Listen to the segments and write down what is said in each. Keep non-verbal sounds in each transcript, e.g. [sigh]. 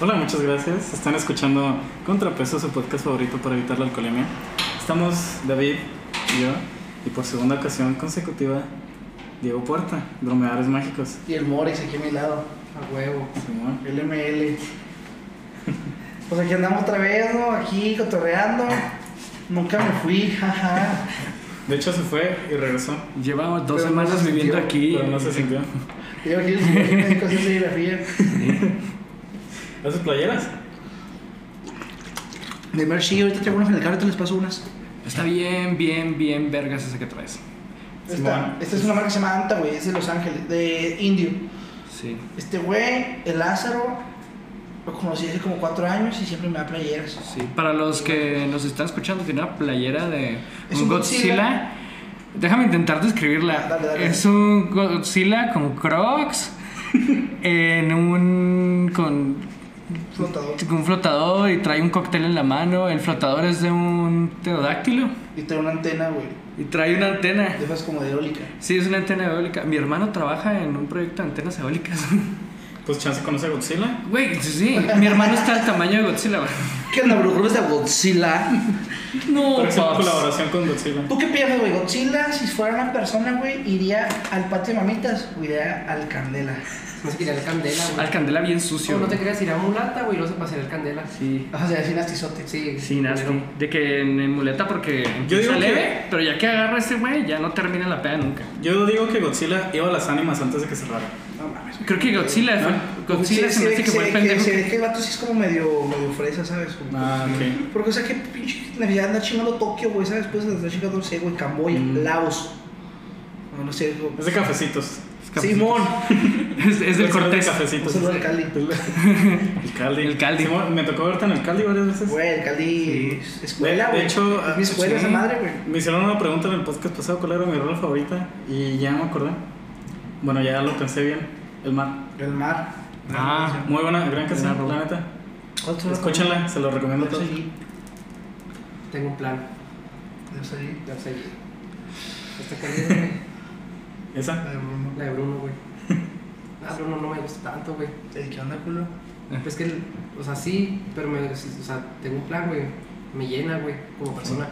Hola, muchas gracias. Están escuchando Contrapeso, su podcast favorito para evitar la alcoholemia. Estamos David y yo, y por segunda ocasión consecutiva, Diego Puerta, Dromedares Mágicos. Y el Morris aquí a mi lado, a huevo. Simón. LML. Pues aquí andamos otra vez, ¿no? Aquí cotorreando. Nunca me fui, jaja. De hecho, se fue y regresó, Llevamos Pero dos no semanas se sintió, viviendo aquí. pero no se sintió. Yo aquí en México sí se la fría. ¿Haces playeras? De Mercy, ahorita traigo unas en el carro, te les paso unas. Está bien, bien, bien vergas esa que traes. Esta, Simón. esta es una marca que se llama Anta, güey, es de Los Ángeles, de Indio. Sí. Este güey, el Lázaro, lo conocí hace como cuatro años y siempre me da playeras. Sí. Para los que nos están escuchando, tiene una playera de Es un, un Godzilla. Déjame intentar describirla. Dale, dale. Es un Godzilla con Crocs en un con, Flotador. con un flotador y trae un cóctel en la mano. El flotador es de un pterodáctilo Y trae una antena, güey, y trae una antena. de esas como de eólica. Sí, es una antena eólica. Mi hermano trabaja en un proyecto de antenas eólicas. [laughs] Pues chance conoce a Godzilla. Güey, sí, sí. Mi hermano está al tamaño de Godzilla, güey. ¿Qué onda, bro? ¿Cómo es de Godzilla? No, Próxima paps. colaboración con Godzilla. ¿Tú qué piensas, güey? Godzilla, si fuera una persona, güey, iría al patio de mamitas o iría al Candela. No se tirar candela, güey. Al candela bien No, Oh, sucio. no te güey. creas, ir a mulata, güey, lo se para el candela. Sí. O sea, sin astizote. Sí, Sí, nasty. culero. De que en, en muleta porque empieza digo que- leve, pero ya que agarra ese güey, ya no termina la peda nunca. Yo digo que Godzilla iba a las ánimas antes de que cerrara. No mames. Creo que Godzilla fue. Godzilla se me hace que fue el pendejo. Se que- ve que el vato sí es como medio, medio fresa, ¿sabes? Como- Ah, ok. Porque, o sea, que pinche Navidad anda chingando Tokio, güey, ¿sabes? Después anda chingando, no sé, güey, Camboya, Laos. No, no sé, güey. Es de cafecitos. Simón. Es, es Godzilla del de Cortés. Un cafecitos. saludo [laughs] al Cali. El Caldi. El Caldi. Simón, me tocó verte en el Caldi varias veces. Güey, el Cali. es Escuela, De- güey. de hecho, Es mi escuela sí. esa madre, güey. Me hicieron una pregunta en el podcast pasado cuál era mi rola favorita y ya me acordé. Bueno, ya lo pensé bien. El mar. El mar. Ah, Muy buena, gran Buena canción, rola. la neta. Otro. Escúchenla, se lo recomiendo a Debes todos. allí. Tengo un plan. Debes allí. Ya sé. Esta candela, güey. Esa. La de Bruno. La de Bruno, güey. Ah, Bruno no me gusta tanto, güey. Ey, ¿Qué onda, culo? Es que, el- o sea, sí, pero me, o sea, tengo un plan, güey. Me llena, güey, como persona.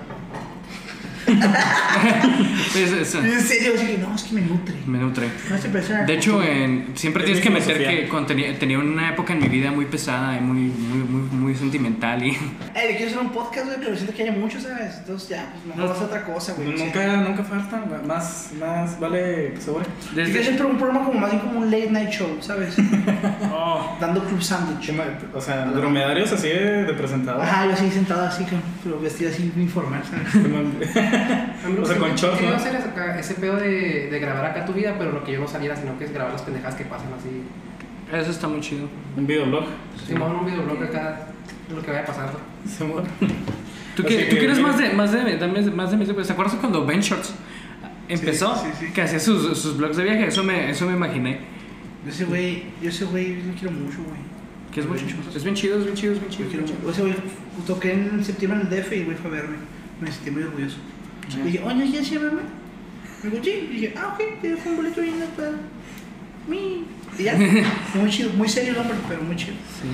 es, es- En serio, así que no, es que me nutre. me nutre. No es persona. De hecho, eh, en- siempre Es tienes que mi meter filosofía. que cuando tenía, tenía una época en mi vida muy pesada y muy, muy, muy, muy sentimental y Ey, le quiero hacer un podcast, güey, pero siento que hay muchos, ¿sabes? Entonces ya, pues mejor No. vas a otra cosa, güey. Nunca, nunca falta. Más, más, vale que sobre. Desde... [laughs] Quiero desde hacer un programa como más bien como un late night show, [laughs] ¿sabes? Oh. Dando club Qué sandwich. mal- O sea, dromedarios así de, de presentado. Ajá, yo así sentado así, como- pero vestido así muy informal, ¿sabes? Qué mal- A mí lo O que sea, se con me- shorts, que iba ¿no? a hacer es acá, ese pedo de, de grabar acá tu vida, pero lo que yo no saliera, sino que es grabar las pendejadas que pasan así. eso está muy chido. [laughs] Un videoblog. Sí, vamos a un videoblog acá de lo que vaya pasando. Simón. Así ¿Tú, que, que, tú quieres mira. más de, más de, también más de mis ¿Te acuerdas cuando Ben Shorts empezó? Sí, sí, sí. Que hacía sus, sus blogs de viaje. Eso me, eso me imaginé. Yo ese güey, yo ese güey lo quiero mucho, güey. Que es, Ben muy, Shorts. es bien chido, es bien chido, es bien Yo chido. quiero mucho. Ese güey, toqué en septiembre en el DF y güey fue a verme. Me sentí muy orgulloso. Ah. Sí. Le dije, oye, ¿quieres ir a verme? Me dijo, sí. Y dije, ah, ok, te dejo un boleto bien para mí. Y [laughs] ya, muy chido, muy serio el hombre, pero muy chido. Sí.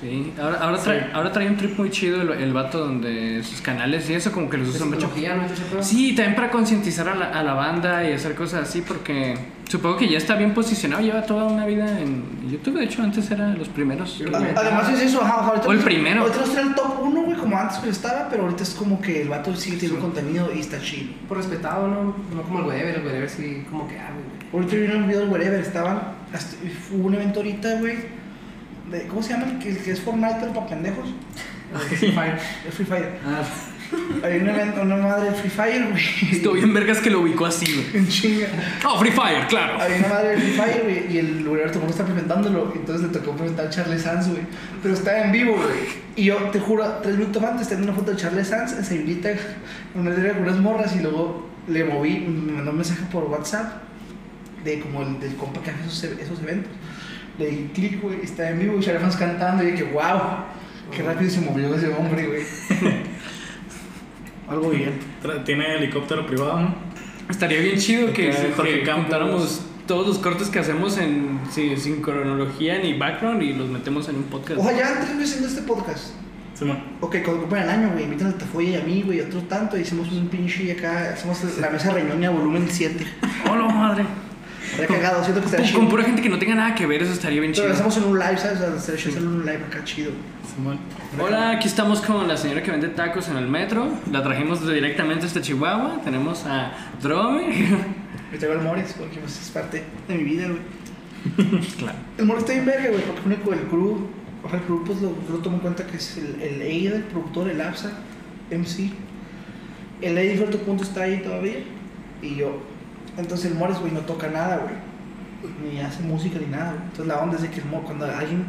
Sí. Ahora, ahora, trae, ahora trae un trip muy chido el, el vato donde sus canales y eso como que los Es usa mucho. psicología, ¿no? Ese pedo. Sí, también para concientizar a la, a la banda y hacer cosas así porque supongo que ya está bien posicionado. Lleva toda una vida en YouTube. De hecho, antes era los primeros. Yo que- creo que- Además es eso, ajá, o sea, ahorita... O el primero. Ahorita no está en el top 1, güey, como antes que estaba, pero ahorita es como que el vato sigue teniendo contenido y está chido. Por respetado, ¿no? No como el whatever, el whatever sí, como que, ah, güey. Ahorita vi un video del wherever, estaban... hasta- Hubo un evento ahorita, güey, de- ¿cómo se llama? el Que, que es formal, pero para pendejos. Free Fire. Es Free Fire. Ah, Hay un evento, una madre de Free Fire, güey. Estuvo bien vergas que lo ubicó así, güey. [laughs] En chinga. Oh, Free Fire, claro. Había una madre de Free Fire, güey, y el Roberto Moro está presentándolo, entonces le tocó presentar a Charles Sanz, güey. Pero estaba en vivo, güey. Y yo, te juro, tres minutos antes tenía una foto de Charles Sanz en Sevillita, en una librería con unas morras, y luego le moví, me mandó un mensaje por WhatsApp de como el del compa que hace esos, ev- esos eventos. Le di clic, güey, estaba en vivo, y Charles Sanz cantando, y dije, wow, qué rápido se movió ese hombre, güey. [laughs] Algo bien. tra- Tiene helicóptero privado, ¿no? Estaría bien chido que, Acá, Jorge que Campos. juntáramos todos los cortes que hacemos en, sin, sin cronología ni background y los metemos en un podcast. Ojalá ya tres meses haciendo este podcast. Simón. Ok, cuando cumplan el año, güey, invitan al Tafoya y a mí, güey, otro tanto, y hacemos un pinche acá, hacemos la mesa reñoña volumen [laughs] 7. ¡Hola, madre! Era cagado, siento que Con, estaría con chido. pura gente que no tenga nada que ver, eso estaría bien Pero chido. lo hacemos en un live, ¿sabes? O sea, estaría chido hacerlo en un live acá chido. Simón. Hola, aquí estamos con la señora que vende tacos en el metro. La trajimos directamente hasta Chihuahua. Tenemos a Drome. [laughs] Me traigo al Morris, porque pues, es parte de mi vida, güey. Claro. El Morris está bien verga, güey, porque único el crew, o sea, el crew, pues lo, yo lo tomo en cuenta que es el, el Eida, el productor, el APSA, MC. El Eida en cierto punto está ahí todavía, y yo. Entonces el Morris, güey, no toca nada, güey. Ni hace música ni nada, güey. Entonces la onda es de que el Morris, cuando alguien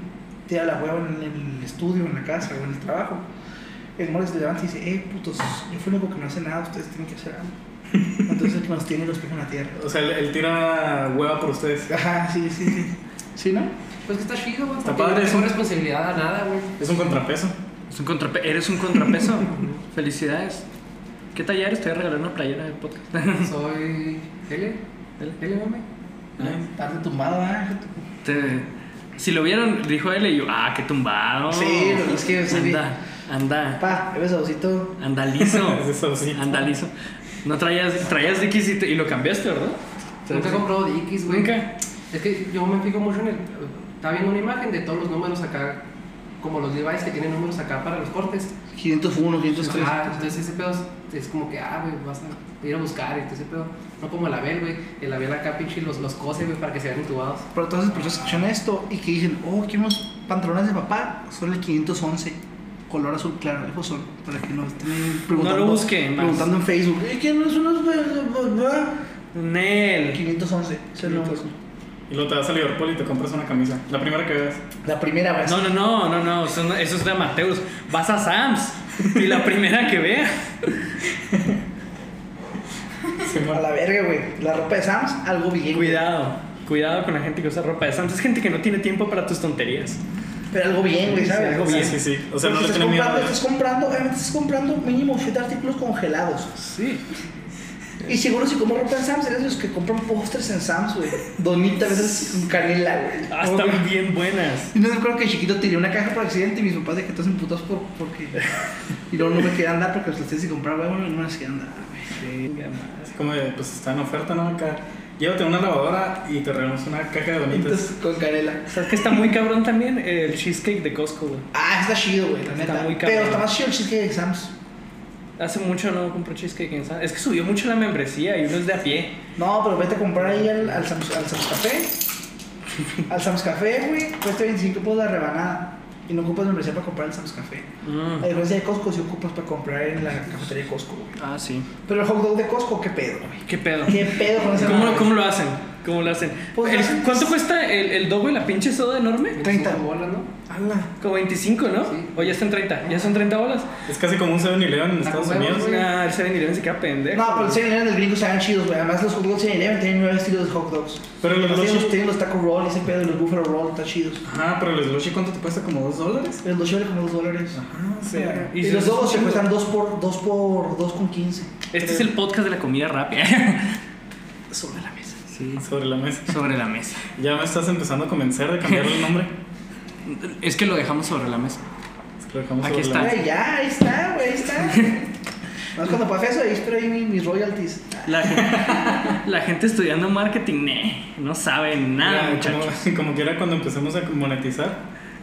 tira la hueva en el estudio, en la casa o en el trabajo, el Morris se levanta y dice, eh, putos, yo fui el único que no hace nada, ustedes tienen que hacer algo. Entonces el que nos tiene los pies en la tierra. [laughs] O sea, él, él tira hueva por ustedes. Ajá, sí, sí, sí. ¿Sí, no? Pues que está chido, güey. Está porque padre, No sí. tengo responsabilidad a nada, [laughs] güey. Es un contrapeso. Es un contrape- eres [laughs] un contrapeso. Felicidades. ¿Qué taller? Te voy a regalar una playera del podcast. [laughs] Soy. L. L, L, mame. [laughs] Tarde tumbada, ¿eh? Te- si lo vieron, dijo él y yo, ah, qué tumbado. Sí, lo que es que se vi. anda, anda, Pa, bebes sausito. anda liso. [laughs] Ese sausito. anda liso. No traías, traías Dickies y, te- y lo cambiaste, ¿verdad? Nunca he comprado Dickies, güey. Nunca. Es que yo me fijo mucho en el. Estaba viendo una imagen de todos los números acá, como los Levi's que tienen números acá para los cortes. 501, 503. Ah, entonces ese pedo es- es como que, ah, güey, vas a ir a buscar y todo ese pedo. No como el Abel, güey. El Abel acá, pinche, los, los cose, güey, para que se vean entubados. Pero todas las personas que escuchan esto y que dicen, oh, quiero unos pantalones de papá, son el 511. Color azul claro, esos son. Para que no estén preguntando. No lo busquen más. Preguntando en Facebook. ¿Y quién son unos de papá? El Nel. 511. es el número. Y luego te vas a Liverpool y te compras una camisa. La primera que veas. La primera vez. No, no, no, no, no. Eso, no- eso es de Amateus. Vas a Sam's. Y la primera que vea. A la verga, güey. La ropa de Sams, algo bien. güey. [laughs] Cuidado. Cuidado con la gente que usa ropa de Sam's. Es gente que no tiene tiempo para tus tonterías. Pero algo bien, güey, ¿sabes? algo Sí, bien. Pues sí, sí. O sea, no le Porque estás tiene miedo. comprando, a- estás comprando, obviamente estás comprando mínimo siete artículos congelados. Sí. Y seguro si compras ropa en Sam's, eres de los que compran postres en Sam's, güey. Donita, a veces con canela, güey. Ah, están bien buenas. Y no me acuerdo que chiquito tiré una caja por accidente y mis papás de que estás emputados por, porque. Y luego no me querían dar porque los tienes que comprar, güey, bueno, no me las querían dar, güey. Así como de, pues está en oferta, ¿no? Acá. Llévate una lavadora y te regalamos una caja de donitas. Entonces, con canela. ¿Sabes que está muy cabrón también? El cheesecake de Costco, güey. Ah, está chido, güey, la Está neta. muy cabrón. Pero está más chido el cheesecake de Sam's. Hace mucho no compro cheesecake en San... Es que subió mucho la membresía y uno es de a pie. No, pero vete a comprar ahí al, al, Sam's, al Sam's [laughs] Café. Al Sam's Café, güey, cuesta 25 pesos la rebanada. Y no ocupas membresía para comprar el Sam's Café. Mm. Eh. A diferencia de Costco, si ocupas para comprar en la cafetería de Costco, güey. Ah, sí. Pero el hot dog de Costco, qué pedo, güey. ¿Qué [laughs] pedo? ¿Qué pedo con esa ¿Cómo, madre? cómo lo hacen? ¿Cómo lo hacen? Pues, El- hacen- ¿Cuánto cuesta el, el doble, la pinche soda enorme? 30. bolas, ¿no? Ala. Como 25, ¿no? Sí. O ya están 30. Ya son 30 bolas. Es casi como un 7-Eleven en La Estados comemos, Unidos. güey. Nah, el 7-Eleven se queda pendejo. No, pero el 7-Eleven del gringo se dan chidos, güey. Además, los hot dogs 7-Eleven tienen nueve estilos de hot dogs. Pero los Tienen los, Lushi. tienen los taco roll, ese pedo, y los buffalo roll, están chidos. Ajá, pero los Lushi, ¿cuánto te cuesta? ¿Como 2 dólares? Pero los chiles como 2 dólares. Ajá, o sea. Y, Y los son- dos se cuestan 2 por 2 por 2 con 15. Este es el podcast de la comida rápida. [laughs] Sobre la mesa. sí. Sobre la mesa. Sobre la mesa. Ya me estás empezando a convencer de cambiarle el [laughs] nombre. Es que lo dejamos sobre la mesa. Es que lo dejamos Aquí sobre está. la mesa. Güey, ya, ahí está, güey, ahí está. Más cuando pase eso, ahí espero ahí mis, mis royalties. La [laughs] gente, la gente estudiando marketing, ne, no sabe nada, Ya, como- muchachos. [laughs] Como quiera, cuando empecemos a monetizar.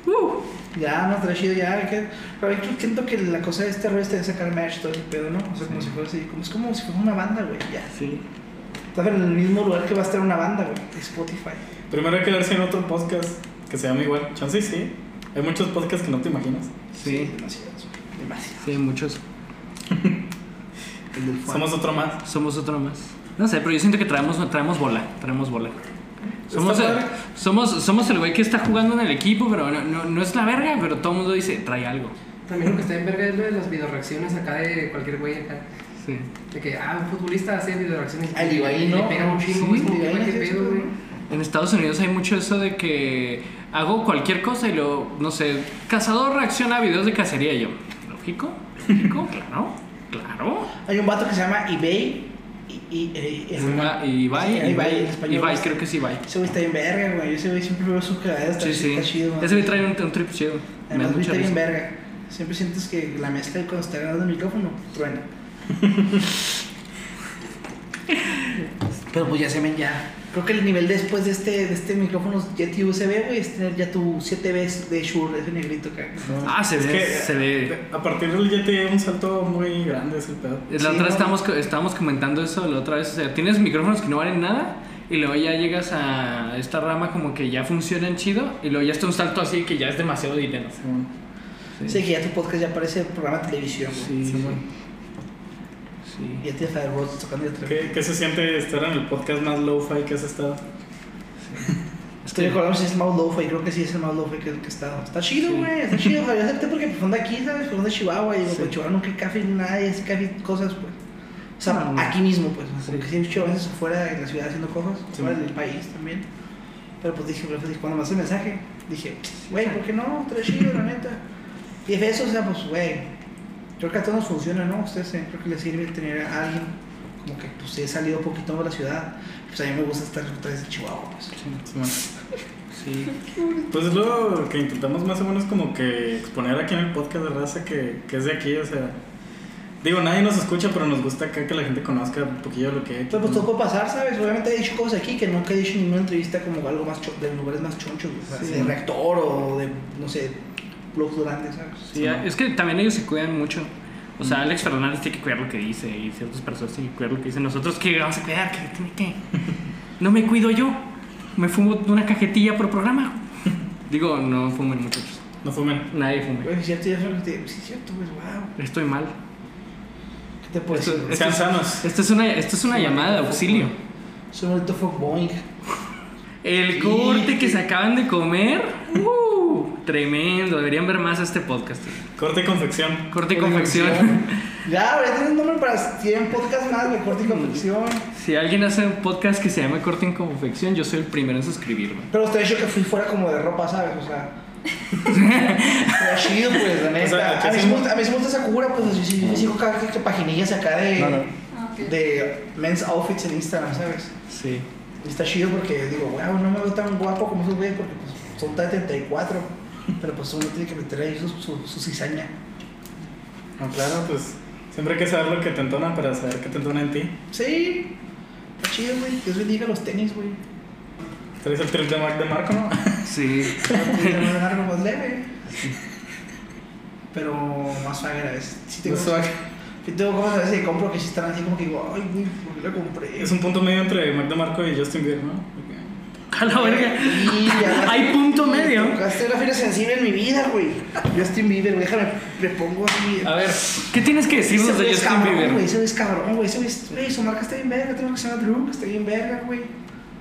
Uh, Ya, no, está chido, ya. Que, pero es que siento que la cosa de este rollo es de sacar match todo ese pedo, ¿no? O sea, como si fuera así, como, es como si fuera una banda, güey, ya. sí. Estás en el mismo lugar que va a estar una banda, güey, de Spotify. Primero hay que ver si en otro podcast que se llama igual. Chance, y sí. Hay muchos podcasts que no te imaginas. Sí, demasiados, güey, demasiados. sí, muchos. El del fuego. Somos otro más. Somos otro más. No sé, pero yo siento que traemos, traemos bola, traemos bola. Somos Está el, padre. somos, somos el güey que está jugando en el equipo, pero no, no, no es la verga, pero todo el mundo dice, trae algo. También lo que está en verga es lo de las videoreacciones acá de cualquier güey acá. Sí. De que, ah, un futbolista hace videoreacciones. Al Ah, Higuaín, Le ¿no? pegan un Sí, chingo, güey. como que, Higuaín güey, ¿Qué hace eso, pedo, güey? ¿no? En Estados Unidos hay mucho eso de que hago cualquier cosa y luego, no sé, cazador reacciona a videos de [laughs] cacería. Y yo, lógico, lógico, claro, claro. Hay un vato que se llama eBay y, y, y- Ah, y Ibai. Ibai, el español. Ibai, creo que es Ibai. Ese güey está bien verga, güey. Ese güey siempre veo sus cagadas. está Sí, chido, sí. Está chido, güey. Ese me trae un, un trip chido. Me da Además, mucha viste bien risa. verga. Siempre sientes que la mezcla de cuando está grabando el micrófono [laughs] truena. Pero pues ya se ven ya. Creo que el nivel después de este, de este micrófono Yeti USB, güey, es tener ya tu 7B de Shure, ese negrito acá. Ah, se Es ve, que, se ve. A partir del Yeti hay un salto muy grande, es el pedo. La sí, otra no, vez estábamos, co- estábamos comentando eso, la otra vez, o sea, tienes micrófonos que no valen nada y luego ya llegas a esta rama como que ya funcionan chido y luego ya está un salto así que ya es demasiado dinero. Simón. Sí. que ya tu podcast ya parece programa de televisión, güey. Sí, sí. Simón. Sí. Ya te Firewalls tocando el teléfono. ¿Qué, ¿Qué se siente estar en el podcast más low-fi que has estado? Estoy recordando si es Mount Lofi, creo que sí es el Mount Lofi que, que está. Está chido, güey, está chido. Yo acepté porque pues, son de aquí, ¿sabes? Son de Chihuahua. Y digo, pues Chihuahua nunca hay café ni nada, y es café cosas, pues. O sea, No, no. aquí mismo, pues. Sí. Porque siempre Chihuahua es fuera de la ciudad haciendo cosas, Sí. fuera del país también. Pero pues dije, pues, cuando me hace el mensaje, dije, güey, ¿por qué no? Está chido, la neta. Y es eso, o sea, pues, güey. Creo que a todos nos funciona, ¿no? Ustedes eh, creo que les sirve tener a alguien como que, pues, he salido un poquito de la ciudad. Pues a mí me gusta estar otra vez en Chihuahua, pues. Simón. Sí. Pues es lo que intentamos más o menos como que exponer aquí en el podcast de raza que, que es de aquí, o sea... Digo, nadie nos escucha, pero nos gusta acá que la gente conozca un poquillo de lo que hay. Pero pues tocó pasar, ¿sabes? Obviamente he dicho cosas aquí que nunca he dicho en ninguna entrevista como algo más cho- de lugares más chonchos, o sea, Sí. de reactor o de, no sé, blogs grandes, ¿sabes? Sí, es que también ellos se cuidan mucho. O Mm. sea, Alex Fernández tiene que cuidar lo que dice y ciertas personas tienen que cuidar lo que dicen. Nosotros que vamos a cuidar, que tiene [laughs] que. No me cuido yo. Me fumo una cajetilla por [laughs] programa. Digo, no fumen muchachos. No fumen. Nadie fume. Güey, es cierto, ya fue lo que te- sí, es cierto, güey, wow. Estoy mal. ¿Qué te puedo Esto- decir? güey? Esto Sean es- sanos. Esto es una, esto es una llamada de auxilio. Soy un maldito fuckboy. El corte que se acaban de comer. ¡uh! tremendo. Deberían ver más este podcast. Corte y confección. Corte y confección. Ya, güey, tienes nombre para 100 podcasts más de corte y confección. [laughs] Si alguien hace un podcast que se llame Corte y confección, yo soy el primero en suscribirme. Pero usted ha dicho que fui fuera como de ropa, ¿sabes? O sea... [laughs] Pero chido, pues, la neta. sea, a, mí sí hacemos- me gusta- a mí sí me gusta esa cura, pues, yo sí- yo sigo cada que paginillas acá de... No, no. Ah, ok. de men's outfits en Instagram, ¿sabes? Sí. Y está chido porque digo, wow, no me veo tan guapo como esos güeyes porque pues, son tan 34. [laughs] Pero pues uno tiene que meter ahí su, su, su cizaña. No, claro, pues siempre hay que saber lo que te entona para saber qué te entona en ti. Sí, está chido, güey. Dios bendiga los tenis, güey. Traes el trip de, Mar- de Marco, ¿no? Sí. Pero tiene que más largo, más leve. Pero más swagger a veces. Sí tengo, Más swagger. sí tengo cosas a veces que compro que sí están así como que digo, ay, güey, ¿por qué la compré? Es un punto medio entre Mac de Marco y Justin Bieber, ¿no? A la verga. Y ya- Hay punto medio. Tocaste la fibra sensible en mi vida, güey. Justin Bieber, güey, déjame, le pongo así. A ver, ¿qué tienes que Ese decirnos güey de es Justin cabrón, Bieber? güey, Ese güey es cabrón, güey. Ese güey es- güey, su marca está bien verga. Tengo que se llama Drew, que está bien verga, güey.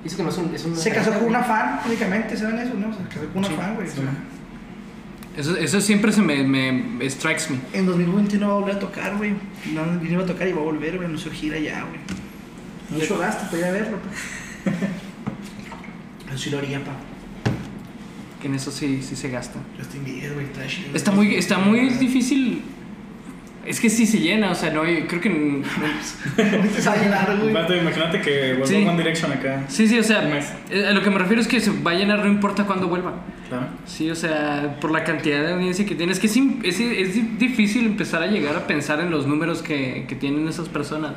Dice que no es un. es un- Se casó con una fan, únicamente, ¿saben eso? No, se casó con una fan, güey. o sea, Eso, eso siempre se me, me strikes me. En 2021 va a volver a tocar, güey. No, no va a tocar y va a volver, güey. No se gira ya, güey. Mucho gasto para ir a verlo, [laughs] pa. Yo sí lo haría, pa. Que en eso sí, sí se gasta. Justin Bieber, güey, está chido. Está muy, está muy [laughs] difícil. Es que sí se llena, o sea, no, yo creo que. n- Ahorita se va a llenar, güey. Vato, imagínate que vuelva Sí. One Direction acá. Sí, sí, o sea, Un mes. eh, a lo que me refiero es que se va a llenar, no importa cuándo vuelva. Claro. Sí, o sea, por la cantidad de audiencia que tienes, que es, im- es, es di- difícil empezar a llegar a pensar en los números que, que tienen esas personas.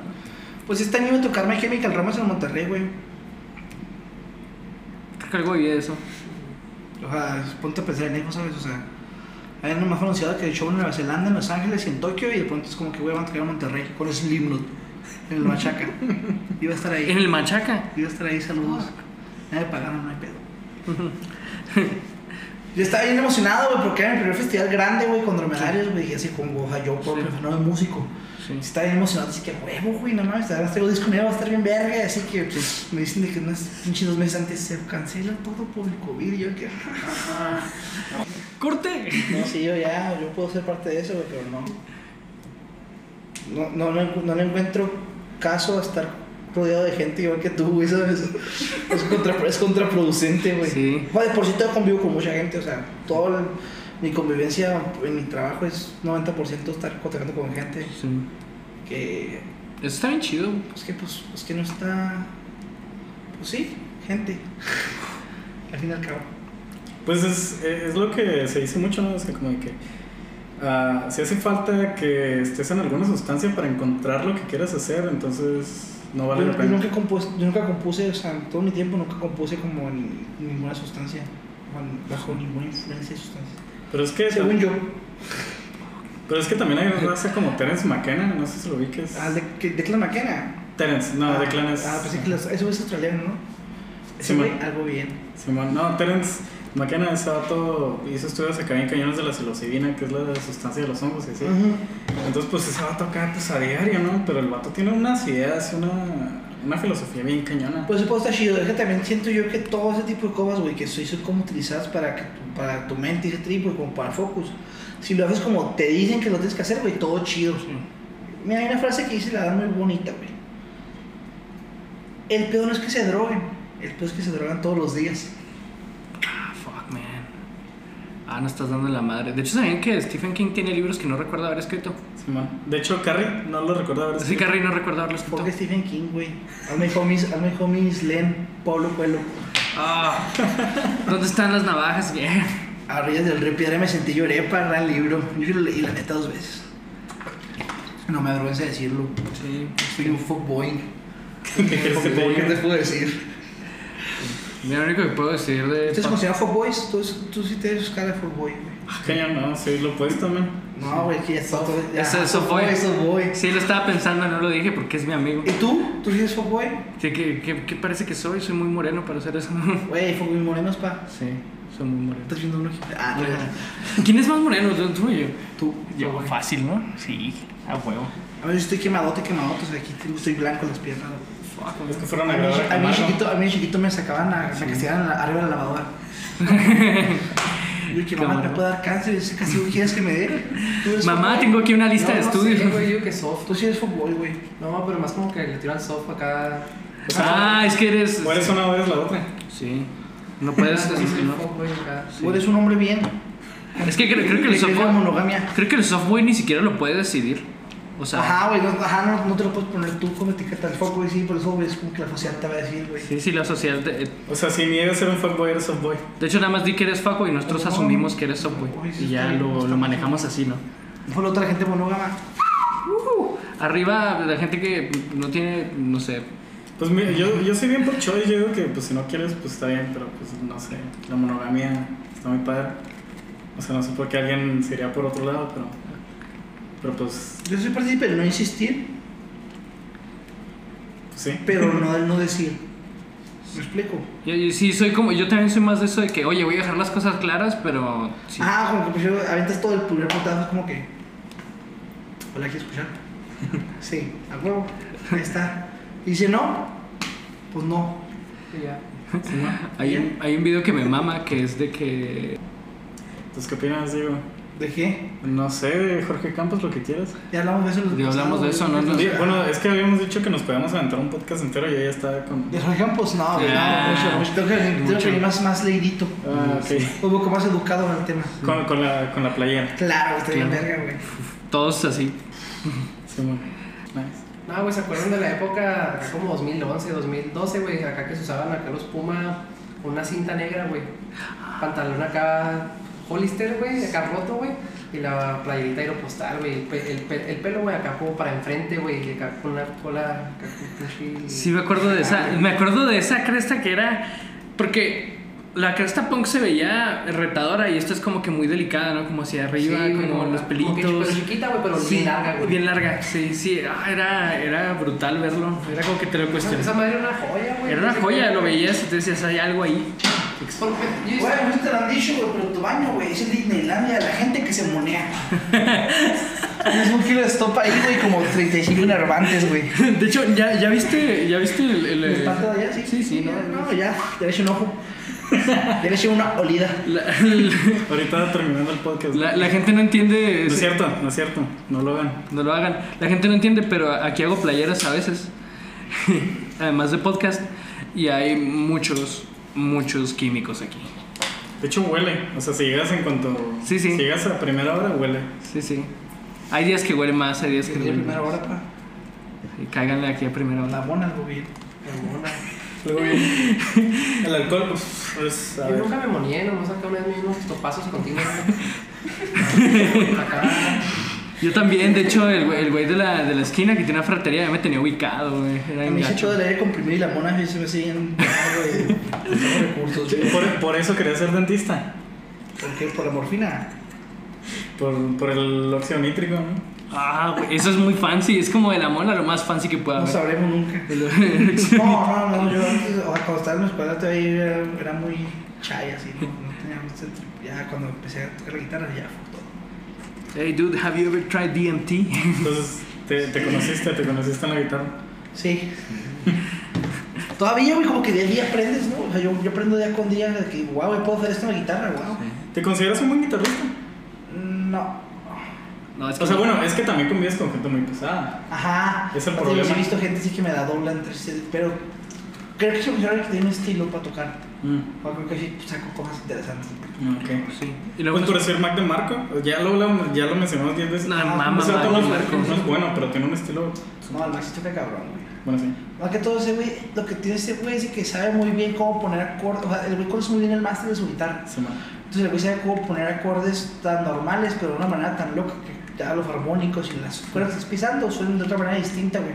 Pues este año iba a tocar My Chemical Romance en Monterrey, güey. Creo que algo de eso. O sea, ponte a pensar en eso, ¿sabes? O sea, hay nomás anunciado que el show en Nueva Zelanda, en Los Ángeles y en Tokio, y de pronto es como que, güey, van a tocar en Monterrey con Slipknot en el [laughs] Machaca. Iba a estar En ahí, el Machaca. iba a estar ahí, saludos. Ya me pagaron, no hay pedo. Yo estaba bien emocionado, güey, porque era mi primer festival grande, güey, con dromedarios, güey, y así con Goja, yo, por Sí. profesional de músico. Sí. Estaba bien emocionado, así que, huevo, güey, no mames, ahora traigo disco nuevo, va a estar bien verga, así que, pues, me dicen de que unos pinches dos meses antes se cancela todo por el COVID, y yo que... ¡Corte! No, sí, yo ya, yo puedo ser parte de eso, güey, pero no. No, no, no, encu- no le encuentro caso a estar rodeado de gente igual que tú, güey, ¿sabes? Es, contra- es contraproducente, güey. Sí. Bueno, de por si todavía convivo con mucha gente, o sea, todo el- mi convivencia en mi trabajo es 90% estar contactando con gente Sí. que Eso está bien chido. Pues que, pues, pues que no está. Pues sí, gente. [laughs] al fin y al cabo. Pues es, es lo que se dice mucho, ¿no? O sea, como de que ah, si hace falta que estés en alguna sustancia para encontrar lo que quieras hacer, entonces no vale yo, la yo pena. nunca compuse, yo nunca compuse, o sea, en todo mi tiempo nunca compuse como en ninguna sustancia. o Bajo ninguna influencia de sustancia. Pero es que, Según yo, pero es que también hay raza como Terence McKenna, no sé si lo vi que es... ah, de, que- de Clan McKenna. Terence, no, ah, de Clan es... Ah, pues sí, que los- eso es australiano, ¿no? Ese Sí, güey, man. algo bien. Simón, no, Terence McKenna ese vato hizo estudios acá en cañones de la psilocibina, que es la sustancia de los hongos, y así. Ujú. Entonces, pues ese vato acá, pues a diario, ¿no? Pero el vato tiene unas ideas, una, una filosofía bien cañona. Pues supuesto está chido, es que también siento yo que todo ese tipo de cosas, güey, que se hizo como utilizadas para, que tu, para tu mente y ese tipo, como para el focus. Si lo haces como te dicen que lo tienes que hacer, güey, todo chido. Mira, hay una frase que dice la da muy bonita, güey. El pedo no es que se droguen, el pedo es que se drogan todos los días. Ah, fuck, man. Ah, no estás dando la madre. De hecho, ¿sabían que Stephen King tiene libros que no recuerda haber escrito? pues, Simón. De hecho, Carrie no lo recuerdo haber Sí, escrito. Carrie no recuerda haberlo escrito. Porque Stephen King, güey. Hazme homies, hazme homies, Len, Pablo Cuelo. Ah, ¿dónde están las navajas? [laughs] Bien. A orillas del río Piedra me sentí lloré para gran libro. Yo sí lo leí, la neta, dos veces. No me avergüenza decirlo. Sí. Soy un fuckboy. ¿Qué quieres que te ¿Qué te diga? puedo decir? Mira, lo único que puedo decir de. ¿Ustedes consideran fuckboys? ¿Tú, tú sí te eres cara de fuckboy, güey. [laughs] Ah, Cañón, no, soy lo opuesto, man. No, güey, que ya está todo. ya, Ese es fuckboy. fuckboy. Sí, lo estaba pensando, no lo dije porque es mi amigo. ¿Y tú? ¿Tú sí eres fuckboy? Sí, ¿qué, qué, qué parece que soy? Soy muy moreno para hacer eso. [laughs] Güey, fuckboy morenos, pa. Sí, soy muy moreno. Estás viendo un ojito. Ah, no, no. ¿Quién es más moreno, tú, tú o yo? Tú. Yo, fuckboy. fácil, ¿no? Sí, a huevo. A ver, yo estoy quemadote, quemadote. O sea, aquí tengo- estoy blanco en las piernas. güey. Es que fueron A a mí, grabar a mí Camargo. chiquito, a mí chiquito me sacaban, a, me castigaban la- arriba de la [laughs] lavadora. Yo que mamá Camargo. te puede dar cáncer, es casi quieres que me [laughs] dé. Tú eres Mamá, fuckboy. tengo aquí una lista de no, no estudios. Sé, güey, yo digo que soft. Tú sí eres fuckboy, güey. No, pero más como que le tiro al soft acá. ah, es que eres. O eres una o eres la otra. Sí. No puedes. Entonces, es, que soy no. fuckboy acá. Tú eres un hombre bien. Es que creo, creo que Le el crees la software. monogamia. Creo que el software ni siquiera lo puede decidir. O sea. Ajá, güey, no, ajá, no, no te lo puedes poner tú como etiqueta al fuckboy, sí, por eso, güey, es como que la sociedad te va a decir, güey. Sí, sí, la sociedad. De, O sea, si niegas ser un fuckboy, eres softboy. de hecho, nada más di que eres Faco y nosotros No. asumimos que eres software. Uy, sí, Y ya está bien, lo, está lo bien. manejamos así, ¿no? Uh, No fue la otra gente monógama. Arriba, la gente que no tiene, no sé. Pues mira, yo, yo soy bien por choice, yo digo que pues si no quieres, pues está bien, pero pues no sé, la monogamia está muy padre. O sea, no sé por qué alguien se iría por otro lado, pero, pero pues, Yo soy partícipe del no insistir, pues sí. [laughs] pero no del no decir. ¿Me explico? Yo, yo sí, soy como. Yo también soy más de eso de que, oye, voy a dejar las cosas claras, pero. Sí. Ah, como que prefiero, aventas todo el primer putazo, es como que. Hola, ¿quieres [laughs] escuchar? sí, a huevo. Ahí está. Y dice no, pues no. Y ya. Sí, ¿no? Hay, un- hay un video que me mama que es de que. Entonces, ¿qué opinas, digo? ¿De qué? No sé, de Jorge Campos, lo que quieras. Ya hablamos de eso. en los Ya hablamos de eso, ¿no? eh, pasados, Di- güey. Bueno, es que habíamos dicho que nos podíamos aventar un podcast entero y yo ya estaba con... De Jorge Campos, no, güey, Ah, no, mucho, mucho. Tengo que, tengo que mucho. venir más, más leidito. Ah, ok. Un poco más educado en el tema. Con, con la, con la playera. Claro, está bien, Claro. verga, güey. Todos así. Sí, bueno. Nice. No, güey, ¿se acuerdan de la época acá como 2011, 2012, güey? Acá que se usaban acá los Puma, una cinta negra, güey. Pantalón acá Hollister, güey, acá roto, güey. Y la playerita aeropostal, güey. El, pe- el pe- el pelo, güey, acá como para enfrente, güey. Y acá con una cola, acá con un pinche- Sí, me acuerdo de esa. Me acuerdo de esa cresta que era. Porque la cresta punk se veía retadora y esto es como que muy delicada, ¿no? Como hacia Sí, arriba, güey, como los que- pelitos. pero chiquita, güey, pero Sí, bien larga, güey. Bien larga, sí, sí. Ah, era, era brutal verlo. Era como que te lo Esa esa cuestionas. madre era una joya, güey. Era una joya, lo veías y te decías, hay algo ahí. [laughs] Porque Güey, yo- no pues, te lo han dicho, güey, pero tu baño, güey, es el Disneylandia, la gente que se [laughs] monea. Tienes un kilo de estopa ahí, güey, como 35 nervantes, güey. De hecho, ¿ya, ya viste, ya viste el... el, ¿Les eh, falta de allá? Sí, Sí, sí, no. No, ya, ya le eché un ojo. [laughs] Ya le eché una olida. La, [laughs] Ahorita terminando el podcast. la- la gente no entiende... No es ese- cierto, no es cierto. No lo hagan. No lo hagan. La gente no entiende, pero aquí hago playeras a veces. [laughs] Además de podcast. Y hay muchos, muchos químicos aquí. De hecho, huele. O sea, si llegas en cuanto. Sí, sí. Si llegas a primera hora, huele. Sí, sí. Hay días que huele más, hay días que Es no la huele primera menos. hora, pa. Y cáiganle aquí a primera La hora. mona, algo bien. Mamona. Luego bien. [laughs] El alcohol, pues, pues, a Yo ver. nunca me moné, nomás acá una vez mismos topazos contigo. acá. Yo también, de hecho, el güey, el güey de, la, de la esquina que tiene una fratería ya me tenía ubicado, güey. Era A un mí sí gacho. todo el aire comprimido y la mona sí se me siguen. güey. [laughs] Tengo recursos, güey. Por, por eso quería ser dentista. ¿Por qué? Por la morfina. Por, por el óxido nítrico, ¿no? Ah, güey, eso es muy fancy. Es como de la mona lo más fancy que pueda [laughs] No haber. sabremos nunca. No, no, no, yo antes, o- cuando estaba en la escuela todavía era, era muy chay así, no, no tenía mucho trip. Ya cuando empecé a tocar la guitarra ya fue todo. Hey, dude, have you ever tried DMT? Entonces, te, te conociste, te conociste en la guitarra. [laughs] Sí. Todavía, güey, como que de día aprendes, ¿no? O sea, yo, yo aprendo día con día de que, wow, puedo hacer esto en la guitarra, wow. ¿Te consideras un buen guitarrista? No. No, es que O sea, no. bueno, es que también convives con gente muy pesada. Ajá. Es el Digo, problema. sí He visto gente sí que me da dobla entre sí, pero creo que se considera que tiene un estilo para tocar. Mm, O creo que sí saco cosas interesantes. ok. Sí. Y luego Pues por decir Mac de Marco, pues, ya lo, hablamos- ya lo mencionamos 10 veces. No, Ah, mamá, o sea, Mac todo de es- Marco. no es bueno, pero tiene un estilo. No, el Maxito está cabrón, güey. Bueno, sí. Más que todo ese güey, lo que tiene ese güey es que sabe muy bien cómo poner acordes, o sea, el güey conoce muy bien el máster de su guitarra. sí, man. Entonces el güey sabe cómo poner acordes tan normales, pero de una manera tan loca que ya los armónicos y las cuerdas que estás pisando suenan de otra manera distinta, güey.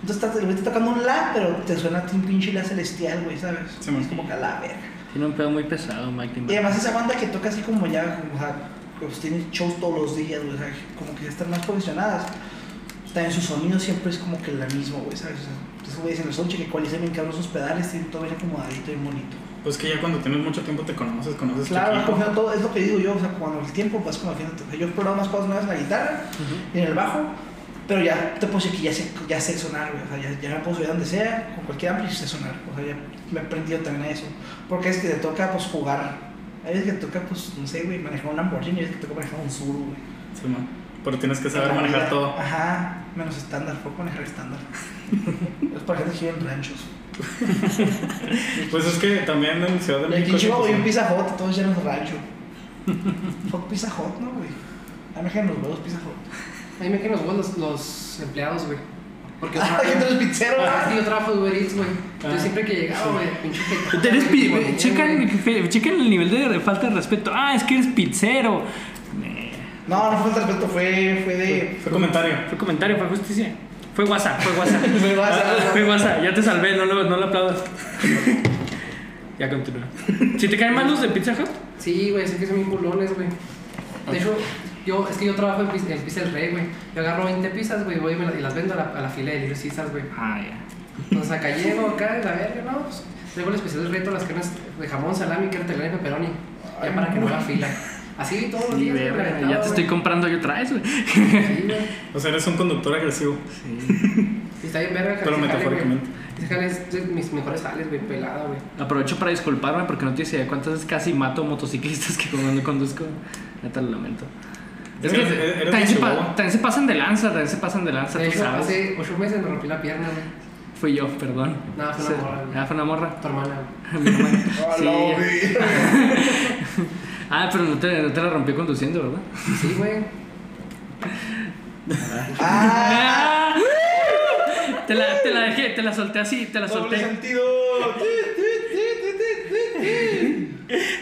Entonces estás- el güey está tocando un la, pero te suena a ti un pinche la celestial, güey, ¿sabes? Sí, man. es como que a la verga. tiene un pedo muy pesado, Mike. Y además esa banda que toca así como ya, como, o sea, pues tiene shows todos los días, güey, o sea, como que ya están más profesionadas. También su sonido siempre es como que la misma, güey, ¿sabes? O sea, entonces, güey, dicen el sonche que cual bien cabrón sus pedales, tienen todo bien acomodadito y bonito. Pues que ya cuando tienes mucho tiempo te conoces, conoces tu Claro, vas equipo. confiando todo, es lo que digo yo, o sea, cuando el tiempo vas conociéndote. O sea, yo he explorado más cosas nuevas en la guitarra y en el bajo, pero ya te puedo decir que ya sé, ya sé sonar, güey, o sea, ya, ya me puedo subir donde sea, con cualquier ampli sé sonar, o sea, ya me he aprendido también a eso, porque es que te toca, pues, jugar. Hay veces que te toca, pues, no sé, güey, manejar un Lamborghini, hay veces que te toca manejar un Zuru, güey. Sí, man. Pero tienes que saber En la manejar vida. todo. Ajá, menos estándar, puedo [laughs] manejar estándar. es para gente que vive en ranchos. Pues es que también en Ciudad de Y aquí México. en Chihuahua hay pues, un Pizza Hut, todos llenos de rancho. Fuck Pizza Hut, ¿no, güey? A mí me quedan los huevos Pizza Hut. A mí me quedan los huevos los, los empleados, güey. [laughs] Porque yo Ah, trabajo- que tú eres pizzero, Ah, ¿verdad? sí, yo trabajo en Uber Eats, güey. Ah. Entonces siempre que llegaba, güey, pinche gente- Eres pi- Güey, ve, checa, güey. el, fe- checa el nivel de re- falta de respeto. Ah, es que eres pizzero. Eh, No, no fue falta de respeto, fue, fue de. Fue comentario. Fue comentario, fue justicia. Fue WhatsApp, fue WhatsApp. Fue WhatsApp. Ah, fue WhatsApp, ya te salvé, no lo, no lo aplaudas. ya continúa. Si te caen mal los de Pizza Hut, Sí, güey, sé que son bien culones, güey. De hecho, yo, es que yo trabajo en, Piz- en Pizza del Rey, güey. Yo agarro 20 pizzas, güey, voy y, me la- y las vendo a la, a la fila de Little Caesars, güey. ah, ya. Entonces acá llego, acá, la verga, no, pues, traigo el especial del reto, las carnes de jamón, salami, cartelera y pepperoni. Ya para que no haga fila. Así todos los Sí, días. güey, verga, reventado, ya te estoy güey. [laughs] comprando yo otra vez, güey. Sí, güey. O sea, eres un conductor agresivo. Y está bien verga. Pero ese jale, metafóricamente. güey. Ese jale es de mis mejores jales, güey, pelada, güey. Aprovecho para disculparme porque no tienes idea cuántas veces casi mato motociclistas que cuando conduzco. Neta lo lamento. Es Sí, que eres- eres de también se, pa- Chihuahua. también se pasan de lanza, también se pasan de lanza, De tú hecho, sabes. hace 8 meses me rompí la pierna, güey. Fui yo, perdón. No, fue una Sí. morra, güey. Ah, fue una morra. [laughs] Tu hermana, güey. Mi hermana. Ah, Sí. la odio. [laughs] Ah, pero no te, no te la rompió conduciendo, [laughs] ¿verdad? Sí, güey. Ah, Te la, te la dejé, te la solté así, te la doble solté. sentido.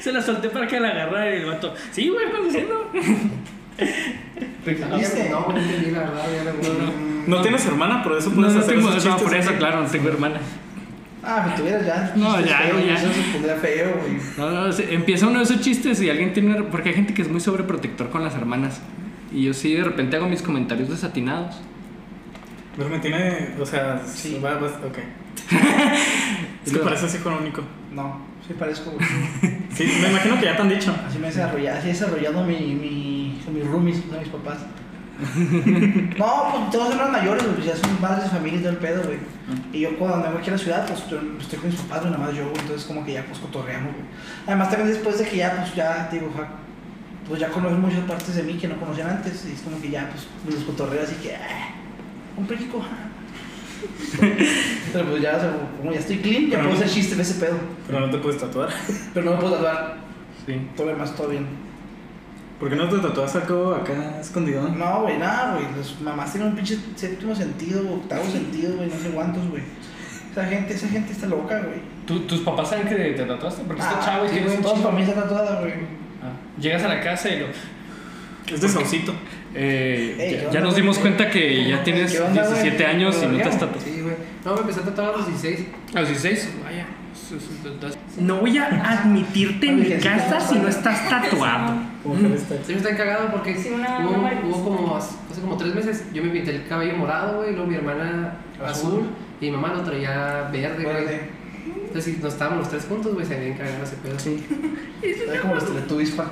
Se la solté para que la agarrara y el vato. Sí, güey, conduciendo. ¿Entendiste? No, no entendí, la verdad, ya no, No, tienes hermana, por eso No, puedes no hacer tengo esos no, chistes. por eso, claro, no tengo hermana. Ah, me tuvieras ya. No, chistes ya, feos, ya. Eso se pondría feo, güey. No, no, se- empieza uno de esos chistes y alguien tiene. Porque hay gente que es muy sobreprotector con las hermanas. Y yo sí, de repente hago mis comentarios desatinados. Pero me tiene. O sea, sí. Va, va, ok. [laughs] es que Lo- pareces hijo único. No, sí parezco, güey. Sí, me imagino que ya te han dicho. Así me he desarrollado, así he desarrollado mi, mi, con mis roomies, o sea, [laughs] mis papás. no, pues todos eran mayores, güey, pues ya son padres de familia y todo el pedo, güey. Y yo cuando vengo aquí a la ciudad, pues yo estoy con mis papás, güey, nada más yo, güey, entonces como que ya pues cotorreamos, güey. Además también después de que ya, pues ya, digo, ja, pues ya conocen muchas partes de mí que no conocían antes, y es como que ya, pues me los cotorreo, así que, ah, un perico. [laughs] ah. Pero pues ya, o sea, como ya estoy clean, ya Pero puedo no- hacer chistes de ese pedo, Pero no te puedes tatuar. pero no me puedo tatuar, Sí. todo lo demás, todo bien. ¿Por qué no te tatuas al cabo acá escondido? No, güey, nada, güey. Las mamás tienen un pinche séptimo sentido, octavo sentido, güey, no sé cuántos, güey. Esa gente, esa gente está loca, güey. ¿Tú- ¿Tus papás saben que te tatuaste? Porque está chavo y Ah, sí, tienes güey, un toda su chingo. familia está tatuada, güey. Ah, Llegas a la casa y lo. Es de saucito. Eh, Ey, ya- ¿qué ya, onda, nos güey? Ah, dimos cuenta que ¿Qué ya tienes onda, güey? 17 años y no te has tatuado. Sí, güey. No, me empecé a tatuar a los 16. ¿A los 16? Vaya. eso- eso- das- No voy a admitirte en mi casa si no estás tatuado. Como que este. está. Sí, me está cagado porque Sí, una- hubo, una marquesita. hubo como hace hace como tres meses yo me pinté el cabello morado, güey, y luego mi hermana azul, Azul. y mi mamá lo traía verde, güey. Verde. Entonces, si nos estábamos los tres juntos, güey, se habían cagado ese pedo. Está É como los teletubbies, pa.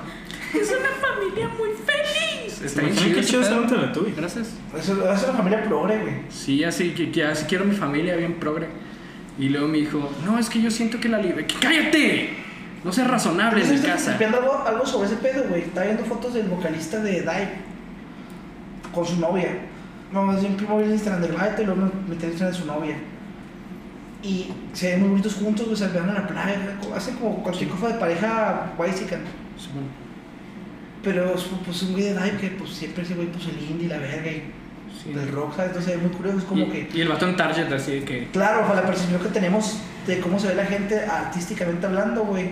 Es una familia muy feliz. Está bien Imagina este qué ese chido pedo. estar un teletubby. Gracias. Eso, eso es una familia progre, güey. Sí, así que que así quiero mi familia bien progre. Y luego me dijo, no, es que yo siento que la libre... ¡Que ¡Cállate! No seas razonable en mi Estoy casa. viendo algo, algo sobre ese pedo, güey. Estaba viendo fotos del vocalista de Dive con su novia. No, más bien primero vi el Instagram del vato y luego me metí en Instagram de su novia. Y se ven muy bonitos juntos, güey, se vean a la playa. Hacen como cualquier cosa de pareja guaysican. Supongo. Pero es, pues un güey de Dive que pues siempre ese güey pues el indie, la verga y Sí. del rock, ¿sabes? Entonces es muy curioso, es como Y, que... y el batón Target, así de que. Claro, ojo, la percepción que tenemos de cómo se ve la gente artísticamente hablando, güey.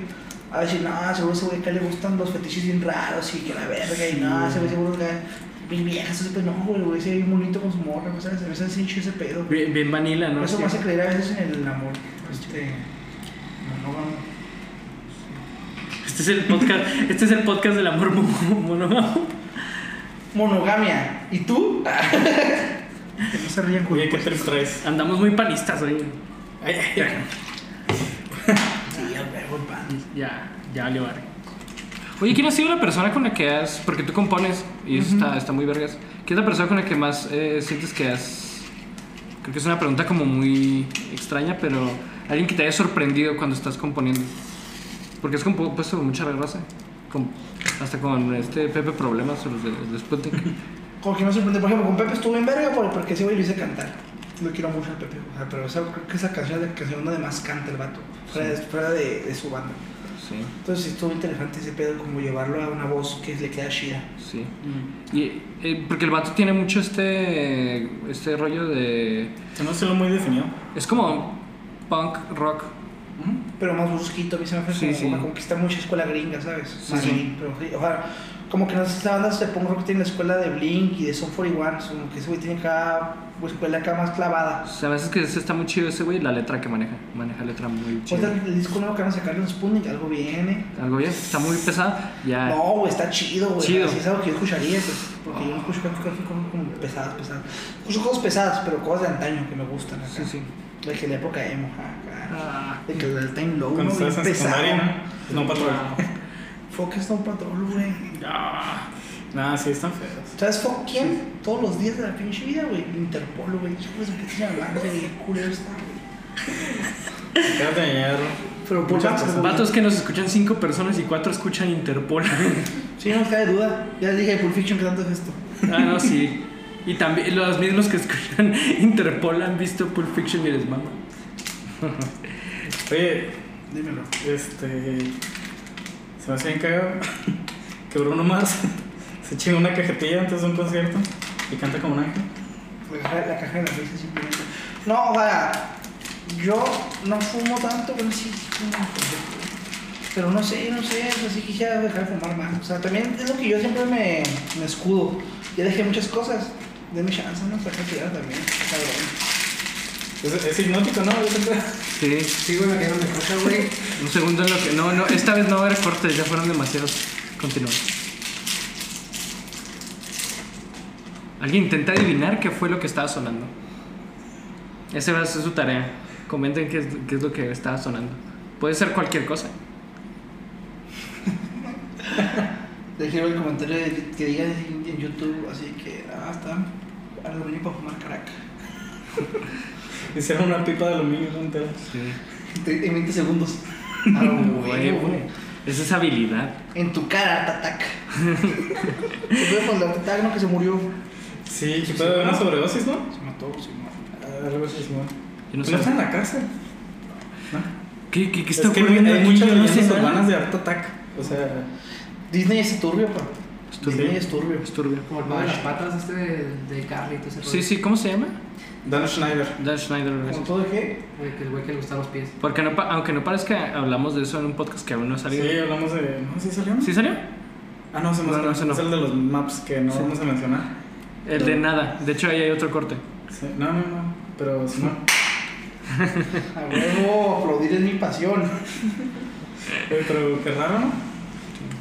A decir, no, seguro ese güey que le gustan los fetiches bien raros y que la verga, y no, ese güey seguro que bien vieja, eso no, güey, güey, ese bien bonito con su morra, güey, ¿sabes? A veces sí, chido ese pedo. Bien, bien vanilla, ¿no? Eso Sí. me hace creer a veces en el amor, este. monógamo. [laughs] Este es el podcast, este es el podcast del amor [laughs] mono. Monogamia. ¿Y tú? [laughs] Que no se rían, Oye, güey. ¿qué trip traes? Andamos muy panistas hoy. Ay, ay, ay. Sí, a huevo, pan. Ya, ya le vale. Oye, ¿quién ha sido la persona con la que has, porque tú compones y eso está, está muy vergas, ¿quién es la persona con la que más eh, sientes que has, creo que es una pregunta como muy extraña, pero alguien que te haya sorprendido cuando estás componiendo? Porque es compuesto con mucha raza, con- hasta con este Pepe Problemas o los de, los de Sputnik. Como que me sorprende, por ejemplo, con Pepe estuve en verga por- porque ese güey lo hice cantar. Lo quiero mucho al Pepe, o sea, pero esa, creo que esa canción es la canción donde más canta el vato, fuera, de, fuera de- de su banda. Sí, Entonces sí, estuvo interesante ese pedo, como llevarlo a una voz que le queda chida. sí. Y, eh, porque el vato tiene mucho este, este rollo de... Yo no sé lo muy definido. Es como punk rock. Pero más brusquito, a mí se me hace Sí, como, sí. como conquista mucha escuela gringa, ¿sabes? Sí, más sí. bien, pero sí, o sea, como que no sé, esta banda se pongo rock tiene la escuela de Blink y de Son 41, es como que ese güey tiene cada escuela acá más clavada. O sea, a veces que se está muy chido ese güey, la letra que maneja. Maneja letra muy O sea, chida. el disco nuevo que van a sacar en Sputnik, algo viene. Algo bien, está muy pesado. Ya. No, güey, está chido, güey. Ah. Chido. Así es algo que yo escucharía, pues, porque yo no escucho casi casi como, como pesadas, pesadas. Escucho cosas pesadas, pero cosas de antaño que me gustan acá. Sí, sí. De que la época emo, acá. Ah, De que el time low, Cuando ¿no? estabas Bien en pesado. secundaria, ¿no? Pues No patrón. Fuck Stone Patrol, güey. [laughs] ah. Nah, sí, están feos. ¿Sabes fuck quién? Todos los días de la pinche vida, güey. Interpol, güey. Hijos de pinche hablando, güey. Culero está, güey. Quédate de hierro. Pero por Muchas vatos, cosas. güey. Vatos que nos escuchan cinco personas y cuatro escuchan [laughs] Interpol. Sí, no me cae duda. Ya les dije de Pulp Fiction que tanto es esto. ah, no, sí. Y también los mismos que escuchan [laughs] Interpol han visto Pulp Fiction y les mama. Oye, Dímelo. este. Se me hace bien cagado [laughs] que Bruno Mars [laughs] se chinga una cajetilla antes de un concierto y canta como un ángel. pues, La caja, la caja de la risa simplemente. No, o sea, yo no fumo tanto, pero sí fumo. Pero no sé, no sé, o sea, sí quisiera dejar de fumar más. O sea, también es lo que yo siempre me, me escudo. Ya dejé muchas cosas. De mi chance, no para tirar también. cabrón. Es, es hipnótico, ¿no? Yo siempre- Sí. Sí, güey, me quedé en mi casa, güey. Un segundo en lo que. No, no, esta vez no va a haber cortes, ya fueron demasiados. Continúa. Alguien intenta adivinar qué fue lo que estaba sonando. Esa va a ser su tarea. Comenten qué es, qué es lo que estaba sonando. Puede ser cualquier cosa. Dejé el comentario de- que diga en en YouTube, así que, ah, está. Aluminio para fumar crack. [laughs] Hicieron una pipa de aluminio ¿no? entera. Sí. Te- En 20 segundos. Ah, Es esa habilidad. [laughs] En tu cara, tatac. [laughs] Se puede poner tatac, no que se murió. Sí, que puede haber una sobredosis, ¿no? Se mató, se mató. Algo así, sí, ¿no? Pues Yo ¿No no está sé. en la cárcel? ¿Qué, qué- qué Es está que ocurriendo hay aquí? muchas Yo no sé leyendas nada. urbanas de harto ataque. O sea, Disney es turbio, pa. Disney es turbio. Es turbio. Como el pavo de las patas este de, de Carly, todo ese Sí, rollo, sí, ¿cómo se llama? Dan Schneider. Dan Schneider. ¿Con gracias. todo de qué? Güey, que el güey que le gustan los pies. Porque no pa- aunque no parezca, hablamos de eso en un podcast que aún no ha salido. Sí, hablamos de. ¿No? ¿Sí salió? ¿Sí salió? Ah, no, se me No, no, ese no. Es el de los maps que no Sí. vamos a mencionar. El de nada. De hecho, ahí hay otro corte. Sí, No, no, no. Pero si no. A huevo, aplaudir es mi pasión. Eh, Pero qué raro, ¿no?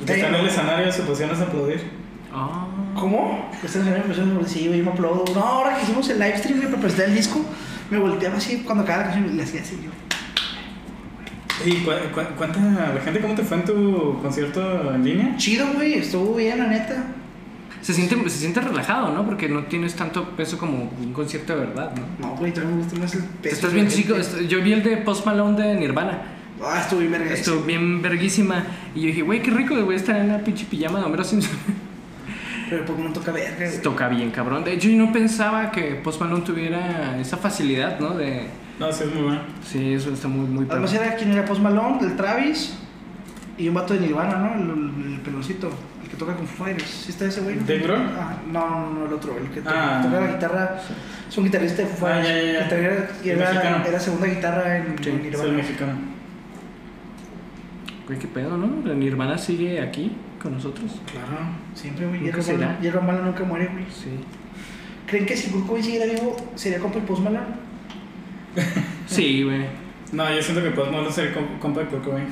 El que Sí. Está en el escenario, su pasión es aplaudir. Ah. ¿Cómo? Esta semana empezó a decir, sí, güey, yo me aplaudo. No, ahora que hicimos el live stream, güey, para presentar el disco, me volteaba así cuando acababa la canción y le hacía así yo. ¿Y cu cu- cuánta la gente cómo te fue en tu concierto en línea? Chido, güey, estuvo bien, la neta. Se siente, se siente relajado, ¿no? Porque no tienes tanto peso como un concierto de verdad, ¿no? No, güey, todavía me gusta más el Te peso Estás de bien la chico. gente. est- Yo vi el de Post Malone de Nirvana. Ah, estuvo bien, verga. Estuvo bien verguísima. Y yo dije, güey, qué rico, voy a estar en la pinche pijama de Homero Simpson. Pero Pokémon toca verga, güey. Toca bien, cabrón. De hecho, yo no pensaba que Post Malone tuviera esa facilidad, ¿no? De... No, sí, es muy bueno. Sí, eso está muy, muy padre. Además era quien era Post Malone, del Travis y un vato de Nirvana, ¿no? El, el- el peloncito, el que toca con Foo Fighters. ¿Sí está ese güey? no? ¿Dave Grohl? Ah, no, no, no, el otro, el que to- Ah. toca la guitarra. Es un guitarrista de Foo Ah, Fighters. ya, ya, ya. Guitarra- y El mexicano. era, era segunda guitarra en, en Sí, soy Nirvana. mexicano. Güey, qué pedo, ¿no? La Nirvana sigue aquí con nosotros. Claro. Siempre, güey. Nunca Hierba será. mala, hierba mala nunca muere, güey. Sí. ¿Creen que si Kurt Cobain siguiera vivo, sería compa el Post Malone? Sí, güey. No, yo siento que podemos ser com- compa de Kurt Cobain.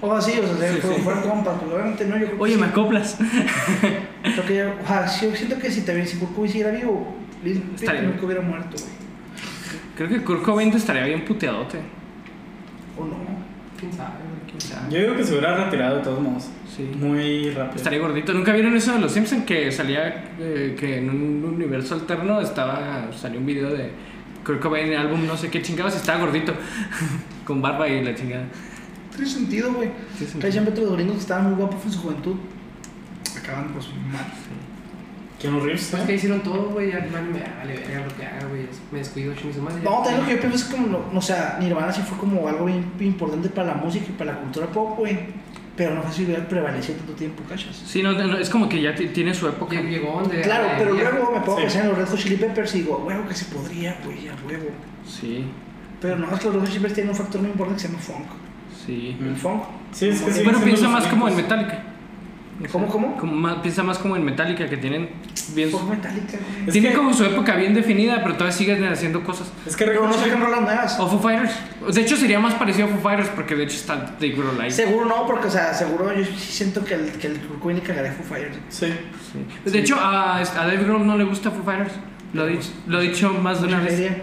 O así, o sea, Sí, sería como sí. fueran compas, pues obviamente no, yo creo que Oye, sí. me acoplas. Creo que ya- ojalá, sí, yo siento que si también si Kurt Cobain siguiera vivo, Lin- Estaría Lin- bien. nunca hubiera muerto, güey. Creo que Kurt Cobain te estaría bien puteadote. O no. ¿Quién sabe, güey? O sea, Yo digo que se hubiera retirado de todos modos. sí. Muy rápido. Estaría gordito. ¿Nunca vieron eso de los Simpsons? Que salía, eh, que en un universo alterno estaba, salió un video de Kurt Cobain en el álbum no sé qué chingados y estaba gordito. [laughs] Con barba y la chingada. Tiene sentido, güey. Sí, sí. Trae siempre otros gringos que estaban muy guapos en su juventud. Acaban pues, con su madre. Keanu Reeves, Pues ¿eh? que hicieron todo, güey, ya man, me vale verga lo que haga, güey, es- me descuido, chingue su madre. No, también lo que yo pienso es como, no, o sea, Nirvana sí fue como algo bien importante para la música y para la cultura pop, güey. Pero no fue si hubiera prevalecido tanto tiempo, cachas. Sí, no, no, es como que ya ti- tiene su época. Lle- Llegó donde... Claro, donde pero había- luego me puedo Sí. pensar en los Red Hot Chili Peppers y digo, "A huevo que se podría, güey, a huevo. Sí, Pero no, es que los Red Hot Chili Peppers tienen un factor muy importante que se llama funk. sí. Mm. El funk. Sí, es que sí. Pero son piensa los más como en únicos. Metallica. ¿Cómo, cómo? Como más- piensa más como en Metallica, que tienen bien su- Funk metálica, güey. Es Tiene que- como su época bien definida, pero todavía siguen haciendo cosas. Es que Pero no reconozco sacan rolas nuevas. O Foo Fighters. De hecho, sería más parecido a Foo Fighters porque de hecho está Dave Grohl ahí. Seguro no, porque, o sea, seguro yo sí siento que el, que el Kurt Cobain le cagaría a Foo Fighters. Sí. De hecho, a, a Dave Grohl no le gusta Foo Fighters. Lo ha dicho, lo ha dicho más de una vez. Sería-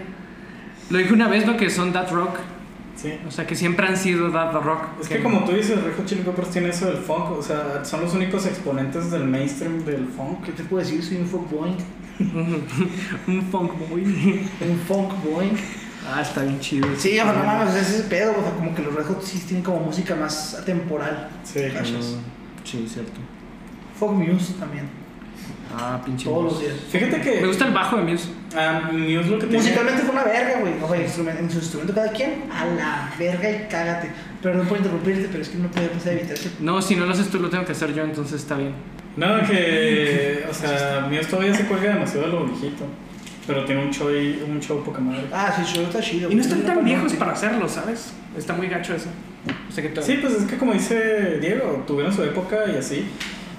Lo dijo una vez, lo que son That Rock. Sí. O sea, que siempre han sido That Rock. Es que como tú dices, Red Hot Chili Peppers tiene eso del funk, o sea, son los únicos exponentes del mainstream del funk. ¿Qué te puedo decir? Soy un funk boy. Un funk boy. Un funk boy. [laughs] ah, está bien chido. Sí, o sea, no mames, ese es el pedo. O sea, como que los Red Hot sí tienen como música más atemporal. Sí. Ah, gracias. Mm, Sí, cierto. Funk Muse también. Ah, pinche. Todos Muse. los días. Fíjate que Me gusta el bajo de Muse. ah, Muse lo que tiene... Musicalmente fue una verga, güey. O sea, instrumen- en su instrumento cada quien a la verga y cágate. Perdón por interrumpirte, pero es que no podía pensar evitar ese No, si no lo haces tú, lo tengo que hacer yo, entonces está bien. No, que, o sea, Muse todavía se cuelga demasiado de lo viejito, pero tiene un show, ahí- un show poca madre. Ah, sí, yo está chido. Y no güey. están Yo tan no- viejos para hacerlo, ¿sabes? Está muy gacho eso. O sea que todo. Sí, pues es que como dice Diego, tuvieron su época y así.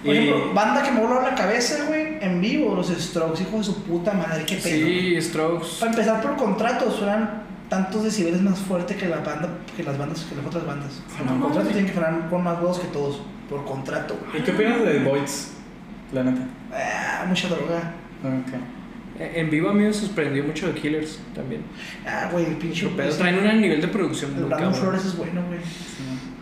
Por Y- ejemplo, banda que me voló la cabeza, güey, en vivo, los Strokes, hijos de su puta madre, qué pedo. Sí, Strokes. Para empezar por contrato, suenan tantos decibeles más fuerte que la banda, que las bandas, que las otras bandas. Ah, por no contrato mames. tienen que sonar con más voz que todos, por contrato. güey. ¿Y qué opinas de Voids? La neta. Ah, mucha droga. Ok. Eh, En vivo a mí me sorprendió mucho de Killers también. Ah, güey, el pinche. Pero pedo, ese- traen un nivel de producción El muy Brandon cabrón. Flores es bueno, güey.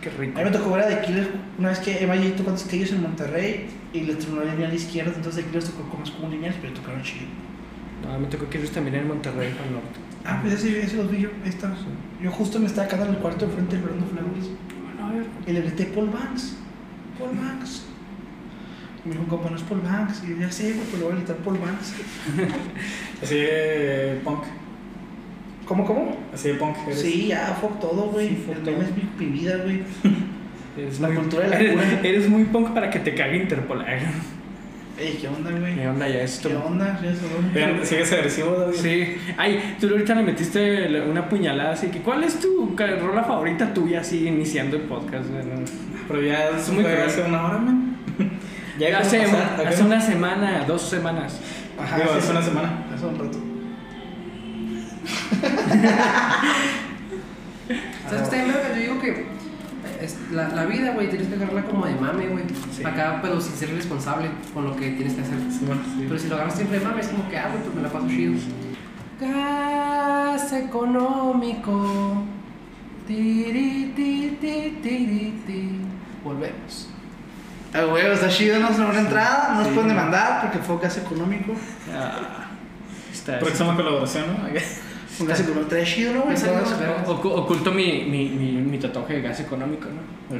Qué A rico. mí me tocó ver a The Killers una vez que Emma y tocó antes que ellos en Monterrey y le tronó la lineal izquierda, entonces The Killers tocó como más como lineal, pero tocaron chido. Ah, No, me tocó Killers también en Monterrey, para el norte. Ah, pues ese, ese los vi yo, ahí está. Yo justo me estaba acá en el cuarto enfrente del Brandon Flowers. Y le grité Paul Banks, Paul Banks. Y me dijo, compa, no es Paul Banks. Y yo ya sé, güey, pero le voy a gritar Paul Banks. Así de punk. ¿Cómo, cómo? Así de punk. eres. Sí, ya, fuck todo, güey. Sí, fuck el todo. meme es mi, mi vida, [laughs] güey. Eres La muy- [laughs] cultura de la cura. Eres muy punk para que te cague Interpol. Ey, ¿qué onda, güey? ¿Qué onda ya ¿Qué esto? onda? ¿Qué es Vean, sigues agresivo, David. Sí. Ay, tú ahorita le metiste la- una puñalada así que ¿cuál es tu ca- rola favorita tuya así iniciando el podcast? güey? Pero ya Es es muy muy cruel. hace una hora, [laughs] man. ya iba a Hace, pasar, ¿a qué hace no? una semana, dos semanas. Ajá, Digo, sí, hace una semana. Hace un rato. ¿Sabes qué está bien, verga? Yo digo que es- la, la vida, güey, tienes que agarrarla como de mame, güey. Acá, pero sin ser responsable con lo que tienes que hacer. Simón, sí. Pero si lo agarras siempre de mame, es como que, ah, güey, pues me la paso chido. Gas económico. Tiri, ti, ti, tiri, ti. Volvemos. Ah, güey, está chido, no es una buena entrada, no nos pueden demandar porque fue gas económico. Ah, está- Próxima colaboración, ¿no? Un gas económico está chido, ¿no? güey? Esa no, Entonces, pero- Ocu- oculto mi, mi, mi, mi tatuaje de gas económico, ¿no?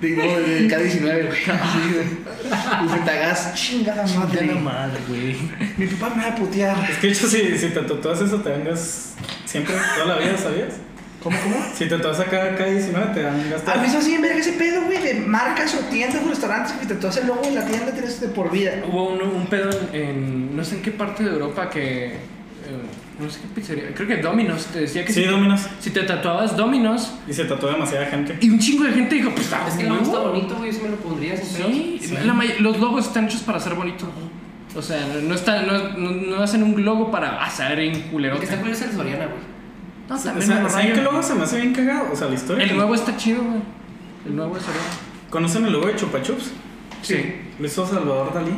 Digo, del K19, güey. Sí, güey. Y Fentagas, chingada madre. madre, güey. Mi papá me va a putear. Es que [laughs] de hecho, si, si te tatuas eso, te vengas siempre, toda la vida, ¿sabías? ¿Cómo, cómo? Si te tatuas acá, acá 19, te dan gasto. A mí eso sí me verga ese pedo, güey, de marcas o tiendas o restaurantes que te tatuas el logo en la tienda tienes de por vida. [laughs] Hubo un, un pedo en, en no sé en qué parte de Europa que. eh, no sé qué pizzería. Creo que Domino's te decía que Sí, si, Domino's. si te tatuabas Domino's. Y se tatuó demasiada gente. Y un chingo de gente dijo, pues está Es que el logo está bonito, güey, yo sí me lo pondría sin pedos. Sí, la may- los logos están hechos para ser bonitos. O sea, no, está, no, no, no hacen un logo para ah, saber en El culero. que está curioso es el Soriana, güey. No, O también me sea, lo ¿Saben rayan. qué logo se me hace bien cagado? O sea, la historia. El nuevo está chido, güey. El nuevo es Soriana. ¿Conocen el logo de Chupa Chups? Sí. Lo hizo Salvador Dalí.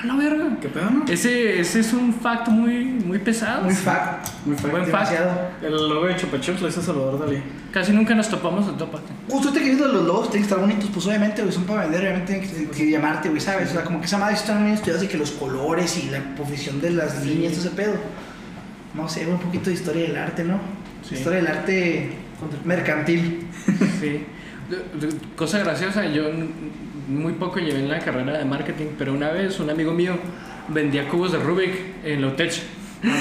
A la verga. ¿Qué pedo, no? Ese, ese es un fact muy, muy pesado. Muy fact. Muy feo. Buen fact. Demasiado. El logo de Chupa Chups lo hizo Salvador Dalí. Casi nunca nos topamos en Topate. Justo te querido los logos, tienen que estar bonitos, pues obviamente, güey, son para vender, obviamente tienen que, que llamarte, güey, ¿sabes? O sea, como que esa madre están bien estudiadas de que los colores y la posición de las líneas, todo ese pedo. No sé, güey, un poquito de historia del arte, ¿no? Sí. Historia del arte Contra- mercantil. Sí. De- de- Cosa graciosa, yo n- muy poco llevé en la carrera de marketing, pero una vez un amigo mío vendía cubos de Rubik en la UTECH. Ah,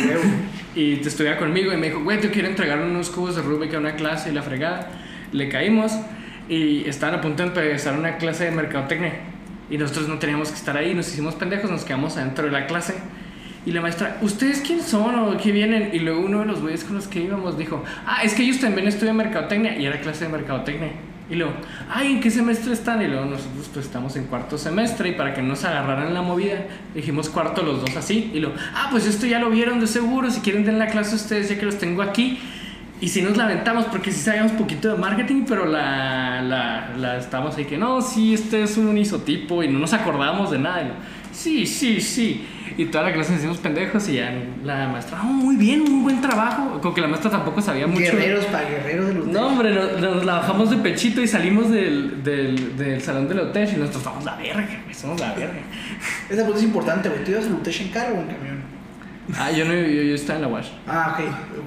y te estudiaba conmigo y me dijo, güey, te quiero entregar unos cubos de Rubik a una clase y la fregada. Le caímos y estaban a punto de empezar una clase de mercadotecnia. Y nosotros no teníamos que estar ahí, nos hicimos pendejos, nos quedamos adentro de la clase. Y la maestra, ¿ustedes quién son o qué vienen? Y luego uno de los güeyes con los que íbamos dijo, ah, es que ellos también estudian mercadotecnia. Y era clase de mercadotecnia. Y luego, ay, ¿en qué semestre están? Y luego nosotros pues estamos en cuarto semestre y para que no nos agarraran la movida, dijimos cuarto los dos así. Y luego, ah, pues esto ya lo vieron de seguro, si quieren den la clase a ustedes ya que los tengo aquí. Y sí nos lamentamos porque sí sabíamos poquito de marketing, pero la, la, la estábamos ahí que no, sí, este es un isotipo y no nos acordábamos de nada. Y yo, sí, sí, sí. Y toda la clase nos hicimos pendejos y ya la maestra, "Ah, muy bien, muy buen trabajo. Con que la maestra tampoco sabía mucho. Guerreros para guerreros de los No, hombre, nos, nos la bajamos de pechito y salimos del, del, del salón del hotel y nos topamos la verga, güey, somos la verga. Esa pregunta es importante, güey. ¿Tú ibas en un techo en carro o en camión? Ah, yo no, yo, yo estaba en la wash. Ah, Y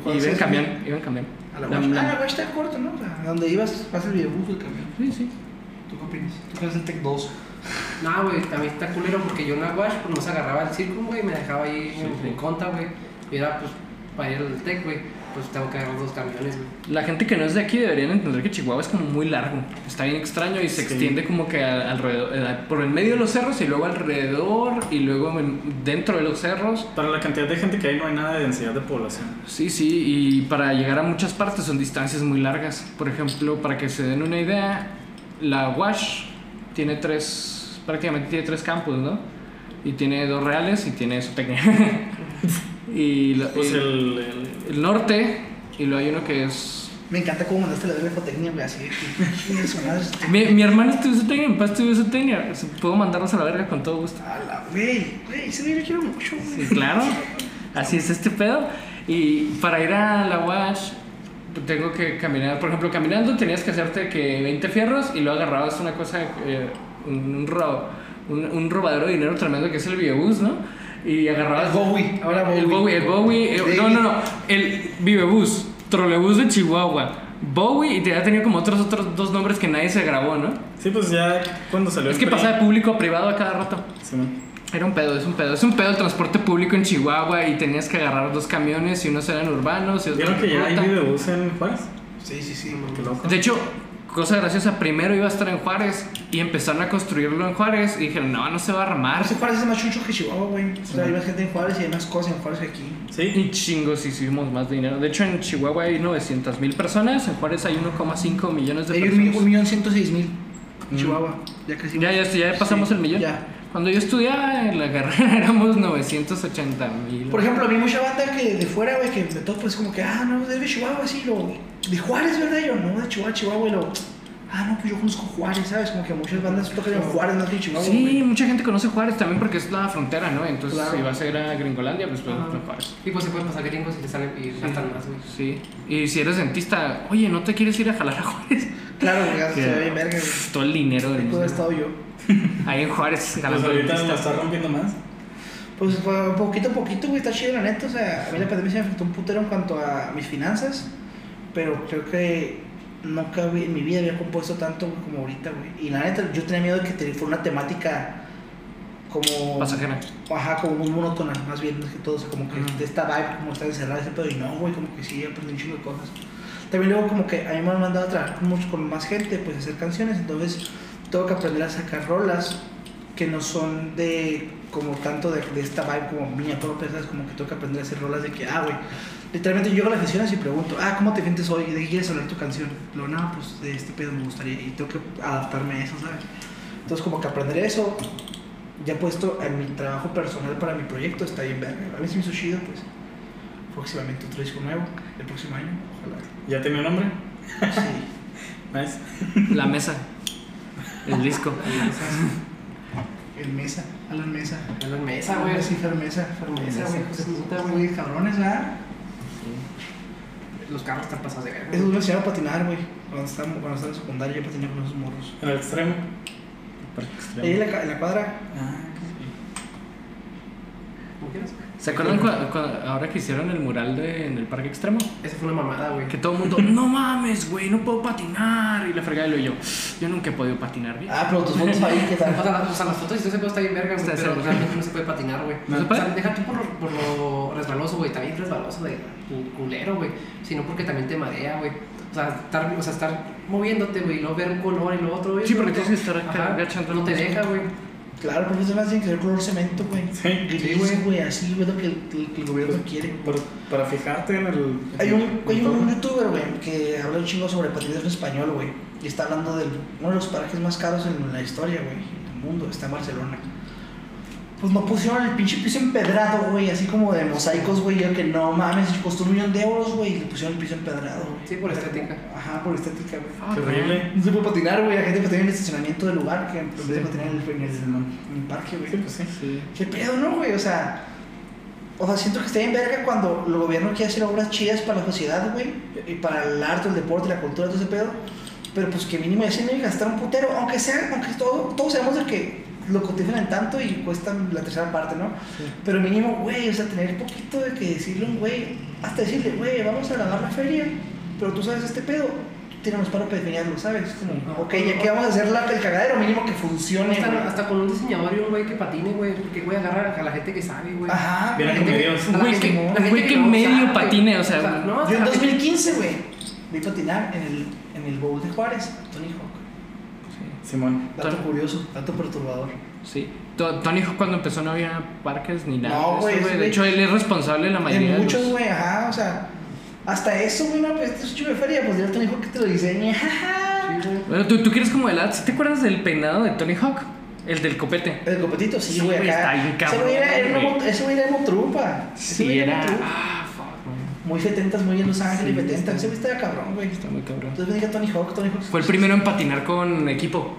ok. iba en Sí, camión, iba en camión. A la guacha. Ah, la guacha está corto, ¿no? O sea, a donde ibas, pasa el videobús el camión. Sí, sí. ¿Tú qué opinas? ¿Tú crees el Tec 2? No, güey, también está culero porque yo en la Wash, pues, nos agarraba el círculo, güey, y me dejaba ahí en mi conta, güey. Y era, pues, para ir al tech, güey. Pues tengo que agarrar dos camiones, güey. La gente que no es de aquí deberían entender que Chihuahua es como muy largo. Está bien extraño y se Sí. extiende como que a- alrededor, eh, por el medio de los cerros y luego alrededor y luego en- dentro de los cerros. Para la cantidad de gente que hay, no hay nada de densidad de población. Sí, sí, y para llegar a muchas partes son distancias muy largas. Por ejemplo, para que se den una idea, la Wash tiene tres, prácticamente tiene tres campus, ¿no? Y tiene dos reales y tiene su [laughs] y la- Pues y el, el- el norte, y luego hay uno que es Me encanta cómo mandaste la verga fotecnia, güey, así. Mira, su madre. este, Mi, mi hermano estudió Zootecnia, mi papá estudió Zootecnia. Puedo mandarlos a la verga con todo gusto. A la güey, güey, ese güey lo quiero mucho, güey. Sí, claro. Así es este pedo. Y para ir a la Wash, tengo que caminar. Por ejemplo, caminando tenías que hacerte que 20 fierros y luego agarrabas una cosa, eh, un, un, robo- un, un robadero de dinero tremendo que es el videobús, ¿no? Y agarrabas. El Bowie, ahora Bowie. El Bowie, el Bowie. eh, David. no, no, no. El videobús, trolebús de Chihuahua. Bowie y te ha tenido como otros, otros dos nombres que nadie se grabó, ¿no? Sí, pues ya cuando salió Es el que PRI- pasa de público a privado a cada rato. Sí, man. Era un pedo, es un pedo. Es un pedo el transporte público en Chihuahua y tenías que agarrar dos camiones y unos eran urbanos y otros ¿Vieron que ya hay ruta. videobús en Juárez? Sí, sí, sí. Qué loco. De hecho, Cosa graciosa, primero iba a estar en Juárez y empezaron a construirlo en Juárez y dijeron, no, no se va a armar. Parece Juárez es más chucho que Chihuahua, güey. O sea, hay más gente en Juárez y hay más cosas en Juárez que aquí. Sí. Pues Y chingos hicimos más dinero. De hecho, en Chihuahua hay 900 mil personas, en Juárez hay 1,5 millones de Hay un, mi- un personas. millón ciento seis mil en Mm. Chihuahua. Ya crecimos. Ya, ya, ya pasamos Sí, el millón. ya. Cuando yo estudiaba en la carrera [laughs] éramos 980 mil. Por ejemplo, a mí mucha banda que de fuera, güey, que de todo, pues como que, ah, no, es de Chihuahua, sí, lo. De Juárez, ¿verdad? Y Yo, no, de Chihuahua, Chihuahua, y lo. Ah, no, pues yo conozco Juárez, ¿sabes? Como que muchas bandas tocan en Juárez, no de Chihuahua. Sí, güey. mucha gente conoce Juárez también porque es la frontera, ¿no? Entonces, Claro. si vas a ir a Gringolandia, pues vas a Juárez. Y pues se pueden pasar gringos y les salen y gastan más, güey. Sí. Y si eres dentista, oye, ¿no te quieres ir a jalar a Juárez? Claro, güey, ya Que- se ve bien verga, güey. Todo el dinero del Todo he mundo. estado yo. Ahí en Juárez, Pues jalando ahorita la dentistas. está rompiendo más. Pues fue poquito a poquito, güey, está chido la neta. O sea, a mí la pandemia se me afectó un putero en cuanto a mis finanzas, pero creo que nunca güey, en mi vida había compuesto tanto güey, como ahorita, güey. Y la neta, yo tenía miedo de que te- fuera una temática como. Pasajera. Ajá, como muy monótona, más bien, más que todo. O sea, como que Ujú. de esta vibe, como estar encerrada, ese pedo. Y no, güey, como que sí, aprendí un chingo de cosas. También luego, como que a mí me han mandado a trabajar mucho con más gente, pues hacer canciones, entonces tengo que aprender a sacar rolas que no son de como tanto de, de esta vibe como mía propia, ¿sabes? Como que tengo que aprender a hacer rolas de que, ah, güey, literalmente yo llego a las sesiones y pregunto, ah, ¿cómo te sientes hoy? ¿De qué quieres hablar tu canción? Lo nada, pues de este pedo me gustaría y tengo que adaptarme a eso, ¿sabes? Entonces como que aprender eso, ya puesto en mi trabajo personal para mi proyecto, está bien verga. A mí se me hizo chido, pues, próximamente otro disco nuevo, el próximo año, [laughs] ojalá. ¿Ya tiene nombre? Sí. ¿Ves? La mesa. El disco. El Mesa, Alan Mesa. Alan Mesa, Mesa, güey. güey, sí, Fermesa, Fermesa, Mesa, güey. güey, Pues, pues, puta, güey. güey, cabrones, ¿ah? Los carros están pasados de verga. Esos güeyes enseñaron a patinar, güey. Cuando estaba, cuando estaba en secundaria yo patiné con esos morros. En el extremo. Ahí en la, ca- en la cuadra, Ah, ¿Cómo quieras? ¿Se acuerdan cua- cua- ahora que hicieron el mural de- en el Parque Extremo? Esa fue una mamada, güey. Que todo el mundo, no mames, güey, no puedo patinar. Y la fregada y lo yo. Yo nunca he podido patinar bien. Ah, pero tus fotos ahí, ¿qué [laughs] O sea, las- o sea, las fotos y todo ese pedo está bien verga, güey, Está pero cerca. realmente no se puede patinar, güey. ¿No se O sea, puede? deja tú por lo, por lo resbaloso, güey, está bien resbaloso de cu- culero, güey, sino porque también te marea, güey. O sea, estar, o sea, estar moviéndote, güey, y luego ver un color y lo otro, güey. Sí, porque pero tienes que estar acá agachando No te el brazo. deja, güey. Claro, porque esas más tienen que ser color cemento, güey. Sí, Gris, sí, güey. güey, así, güey, lo que el, el- el gobierno quiere. Pues, por- para fijarte en el. Hay un, hay un youtuber, güey, que habla un chingo sobre patinaje en español, güey. Y está hablando de uno de los parques más caros en la historia, güey, del mundo. Está en Barcelona. Pues no pusieron el pinche piso empedrado, güey, así como de mosaicos, güey. Yo que no mames, costó un millón de euros, güey, y le pusieron el piso empedrado, güey. Sí, por estética. Ah. Ajá, por estética, güey. Qué horrible. No se puede patinar, güey. La gente patina en el estacionamiento del lugar que en vez de patinar en el, en el- en el parque, güey. Sí, pues sí. ¿Qué pedo, no, güey? O sea, o sea, siento que está bien verga cuando el gobierno quiere hacer obras chidas para la sociedad, güey, y para el arte, el deporte, la cultura, todo ese pedo. Pero pues que mínimo ya se debe gastar un putero, aunque sea, aunque todo, todos sabemos de que lo cotizan en tanto y cuestan la tercera parte, ¿no? Pero mínimo, güey, o sea, tener poquito de que decirle a un güey, hasta decirle, güey, vamos a grabar la feria, pero tú sabes este pedo, tiramos para pedirlo, ¿sabes? Como, ok, ya que vamos a hacer la, el cagadero, mínimo que funcione. güey. Hasta, hasta con un diseñador y un güey que patine, güey, porque, güey, agarra a la gente que sabe, güey. Ajá, Viene güey. como Dios. A la Güey, gente- que- la un gente güey que no medio sabe, güey. patine, o sea, no, Yo en la gente- 2015, güey, vi patinar en el, en el bowl de Juárez, Tony Hawk. Simón. Dato Tony- curioso, dato perturbador. Sí. To- Tony Hawk cuando empezó no había parques ni nada. No, de eso, güey, De güey. hecho, él es responsable de la De mayoría. de muchos, los- güey, ajá, o sea, hasta eso, güey, no, pues este es un chico de feria, pues dile a Tony Hawk que te lo diseñe, [laughs] jaja. Sí, güey. Bueno, tú, tú quieres como el ad. ¿Sí te acuerdas del peinado de Tony Hawk? El del copete. El copetito, sí, Sí, güey, güey, acá. está bien Ese güey era- era cabrón, una mot- ese güey era emo trupa. Ese Sí, güey era. emo trupa. Ah, fuck, güey. Muy 70 muy en Los Ángeles, Sí, 70. está- Ese güey estaba cabrón, güey. Está muy cabrón. Entonces me diga Tony Hawk, Tony Hawk. Fue el primero en patinar con equipo.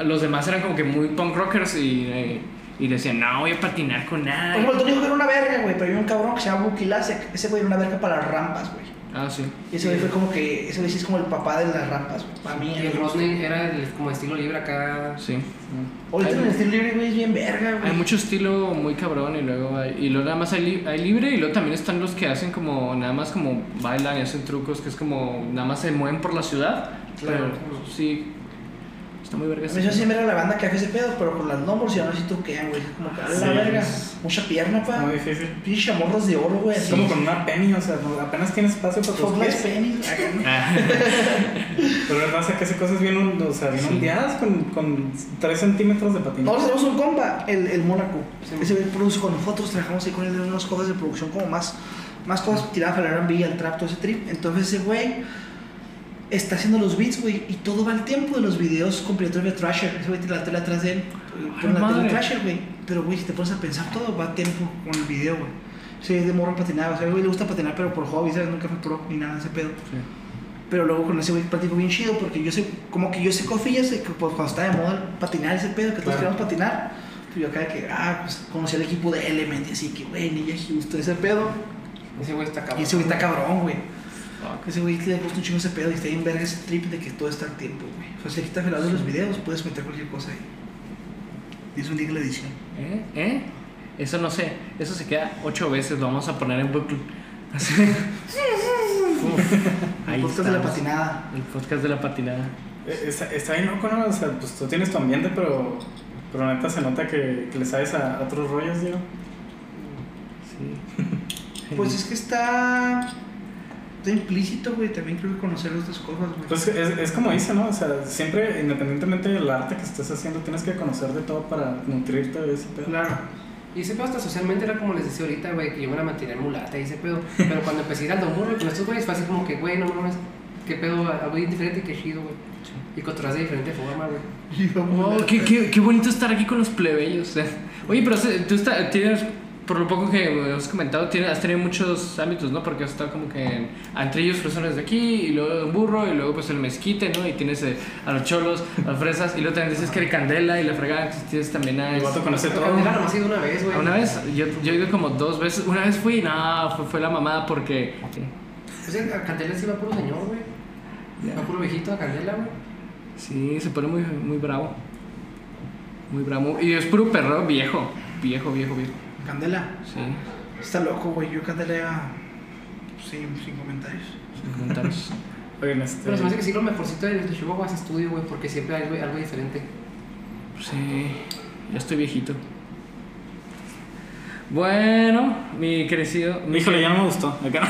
Los demás eran como que muy punk rockers y, eh, y decían, no voy a patinar con Por nadie. ejemplo, Tony Hawk era una verga, güey, pero había un cabrón que se llama Buki Lasek. Ese güey era una verga para las rampas, güey. Ah, sí. Y ese güey fue como que, ese güey sí es como el papá de las rampas, güey. Para mí, Y el Rodney era el, como estilo libre acá. Sí. Ahorita Hay- en el estilo libre, güey, es bien verga, Hay güey. mucho estilo muy cabrón y luego hay, y luego nada más hay, li- hay libre y luego también están los que hacen como nada más como bailan y hacen trucos que es como nada más se mueven por la ciudad. Claro. Pero, sí. Está muy verga. A mí yo siempre era la banda que hace ese pedo, pero con las nombres y ahora sí toquean, güey. Como que a la Sí. verga. Mucha pierna, pa. Muy difícil. Pinche chamorros de oro, güey. Es así. como con una penny, o sea, no- apenas tienes espacio para tus Fuck las pies. penis. acá, ¿no? Pero es raza que hace cosas bien, un- o sea, bien ondeadas con, con 3 centímetros de patín. Nosotros tenemos un compa, el, el Mónaco. Ese güey produce con nosotros, trabajamos ahí con él en unas cosas de producción como más, más cosas tiradas para el R&B, al trap, todo ese trip. Entonces ese güey está haciendo los beats, güey, y todo va al tiempo de los videos compilatorios de Thrasher. Ese güey tiene la tele atrás de él, pone la tele madre. de Thrasher, güey. Pero, güey, si te pones a pensar, todo va a tiempo con el video, güey. Sí, es de morro patinado. O sea, al güey le gusta patinar, pero por hobby, ¿sabes? Nunca fue pro ni nada de ese pedo. Pero luego con ese güey platico bien chido porque yo sé, como que yo sé cofillas de que pues, cuando estaba de moda patinar ese pedo, que todos Claro. queríamos patinar. Pues yo acá de que, ah, pues conocí al equipo de Element y así que, güey, Ninja Houston, ese pedo. Ese güey está Y cabrón. ese güey está cabrón, güey. Ese güey que le gusta un chingo ese pedo y está bien verga ese trip de que todo está al tiempo, güey. O sea, si quitas el audio de los videos, puedes meter cualquier cosa ahí. Y es un día que la edición. ¿Eh? ¿Eh? Eso no sé. Eso se queda ocho veces. Lo vamos a poner en [laughs] bucle. [laughs] El Ahí podcast de la estamos. patinada. El podcast de la patinada. Eh, Está, está bien loco, ¿no? O sea, pues tú tienes tu ambiente, pero, pero neta se nota que, que le sabes a, a otros rollos, digo. Sí. Pues es que está. Está implícito, güey. También creo que conocer las dos cosas, güey. Pues es, es como dice, ¿no? O sea, siempre, independientemente del arte que estés haciendo, tienes que conocer de todo para nutrirte de ese pedo. claro. [laughs] Y ese pedo hasta socialmente era como les decía ahorita, güey, que yo me la mantenía en mulata y ese pedo. Pero cuando empecé a ir al Don Burro con estos güeyes fue así como que, güey, no mames, qué pedo, algo bien diferente y qué chido, güey. Y controlas de diferente forma, güey. Oh, qué, qué- qué bonito estar aquí con los plebeyos. eh. Oye, pero se- tú está- tienes, por lo poco que has comentado, tienes, has tenido muchos ámbitos, ¿no? Porque has estado como que en- entre ellos personas de aquí, y luego un burro, y luego pues el mezquite, ¿no? Y tienes eh, a los cholos, a las fresas, y luego también dices que el candela y la fregada, entonces tienes también a... este, El vato conoce Pero todo. Candela nomás he ido una vez, güey. Una vez, yo, yo he ido como dos veces, una vez fui, no, fue, fue la mamada porque... Pues en- a Candela sí va puro señor, güey. Va puro viejito a Candela, güey. Sí, se pone muy, muy bravo. Muy bravo. Y es puro perro viejo. Viejo, viejo, viejo. Candela. Sí. Está loco, güey. Yo Candela. pues, Sin, sin comentarios. [laughs] sin comentarios. Oigan, este... Pero se me hace que sí lo mejorcito de de Chihuahua es estudio, güey, porque siempre hay güey, algo diferente. Sí. Ya estoy viejito. Bueno, mi crecido. mi- Híjole, ya no me [laughs] gustó. Acá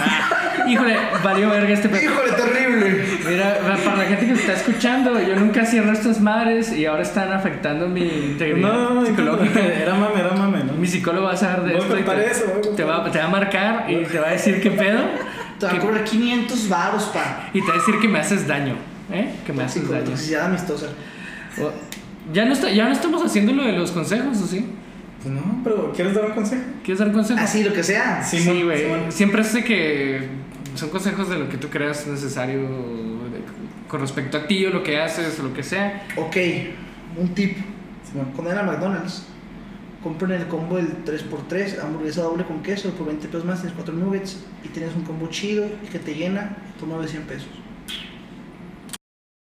Híjole, valió verga este perro. ¡Híjole, terrible! Mira, para la gente que está escuchando, yo nunca cierro estas madres y ahora están afectando mi no. integridad No, no, no, psicológica. Era mame, era mame, ¿no? Mi psicólogo va a saber de Voy a esto. y cortar te, eso, voy a cortar. te va, te va a marcar y te va a decir qué pedo. Te va a que- cobrar 500 baros, pa. y te va a decir que me haces daño. ¿Eh? Que me haces Tóxico, daño. toxicidad amistosa. O- Ya no, está, ya no estamos haciendo lo de los consejos, ¿o sí? Pues no, pero ¿quieres dar un consejo? ¿Quieres dar consejos? Así, lo que sea. Sí, Sí, mon- güey. sí, mon- Siempre sé que son consejos de lo que tú creas necesario de- con respecto a ti o lo que haces o lo que sea. Ok, un tip. sí, mon. Cuando eran a McDonald's, compren el combo del 3x3, hamburguesa doble con queso, por 20 pesos más tienes 4 nuggets y tienes un combo chido y que te llena por 900 pesos.